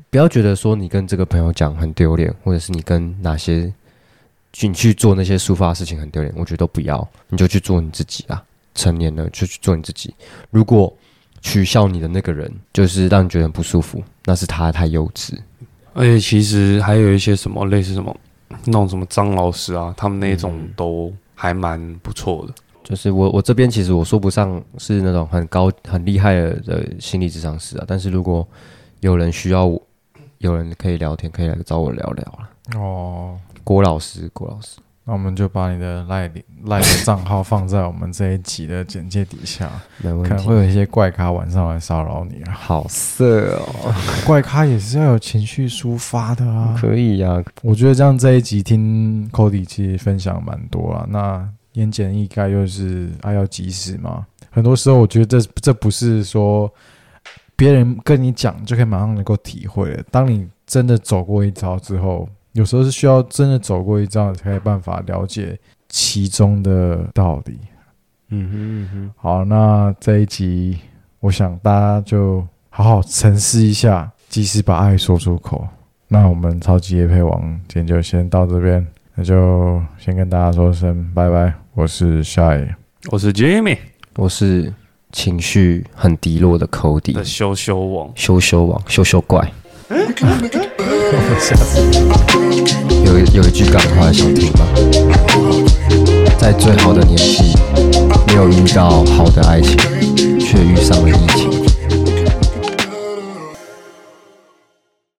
Speaker 2: 不要觉得说你跟这个朋友讲很丢脸，或者是你跟哪些去你去做那些抒发的事情很丢脸，我觉得都不要，你就去做你自己啊。成年了就去做你自己。如果取笑你的那个人就是让你觉得很不舒服，那是他太幼稚。
Speaker 1: 而且其实还有一些什么类似什么那种什么张老师啊，他们那种
Speaker 2: 嗯
Speaker 1: 都还蛮不错的。
Speaker 2: 就是我我这边其实我说不上是那种很高很厉害的的心理智商师啊，但是如果有人需要我，有人可以聊天，可以来找我聊聊啊。
Speaker 3: 哦，
Speaker 2: 郭老师，郭老师，
Speaker 3: 那我们就把你的赖 赖的账号放在我们这一集的简介底下，
Speaker 2: 没问
Speaker 3: 可能会
Speaker 2: 题。
Speaker 3: 有一些怪咖晚上来骚扰你啊。
Speaker 2: 好色哦，
Speaker 3: 怪咖也是要有情绪抒发的啊。
Speaker 2: 可以呀、啊，
Speaker 3: 我觉得这样这一集听 Cody 其实分享蛮多啦。那言简意赅又是爱要及时嘛。很多时候我觉得这这不是说别人跟你讲就可以马上能够体会的。当你真的走过一遭之后，有时候是需要真的走过一遭，你才有办法了解其中的道理。
Speaker 2: 嗯哼嗯
Speaker 3: 好，那这一集我想大家就好好沉思一下，及时把爱说出口。那我们超级夜配王今天就先到这边，那就先跟大家说声拜拜。我是 Shy，
Speaker 1: 我是 Jimmy
Speaker 2: 哼，我是情绪很低落的 Cody，
Speaker 1: 的羞羞王。
Speaker 2: 羞羞王，羞羞怪，
Speaker 3: 我们下次
Speaker 2: 有一有一句港话想听吗？在最好的年纪，没有遇到好的爱情，却遇上了你。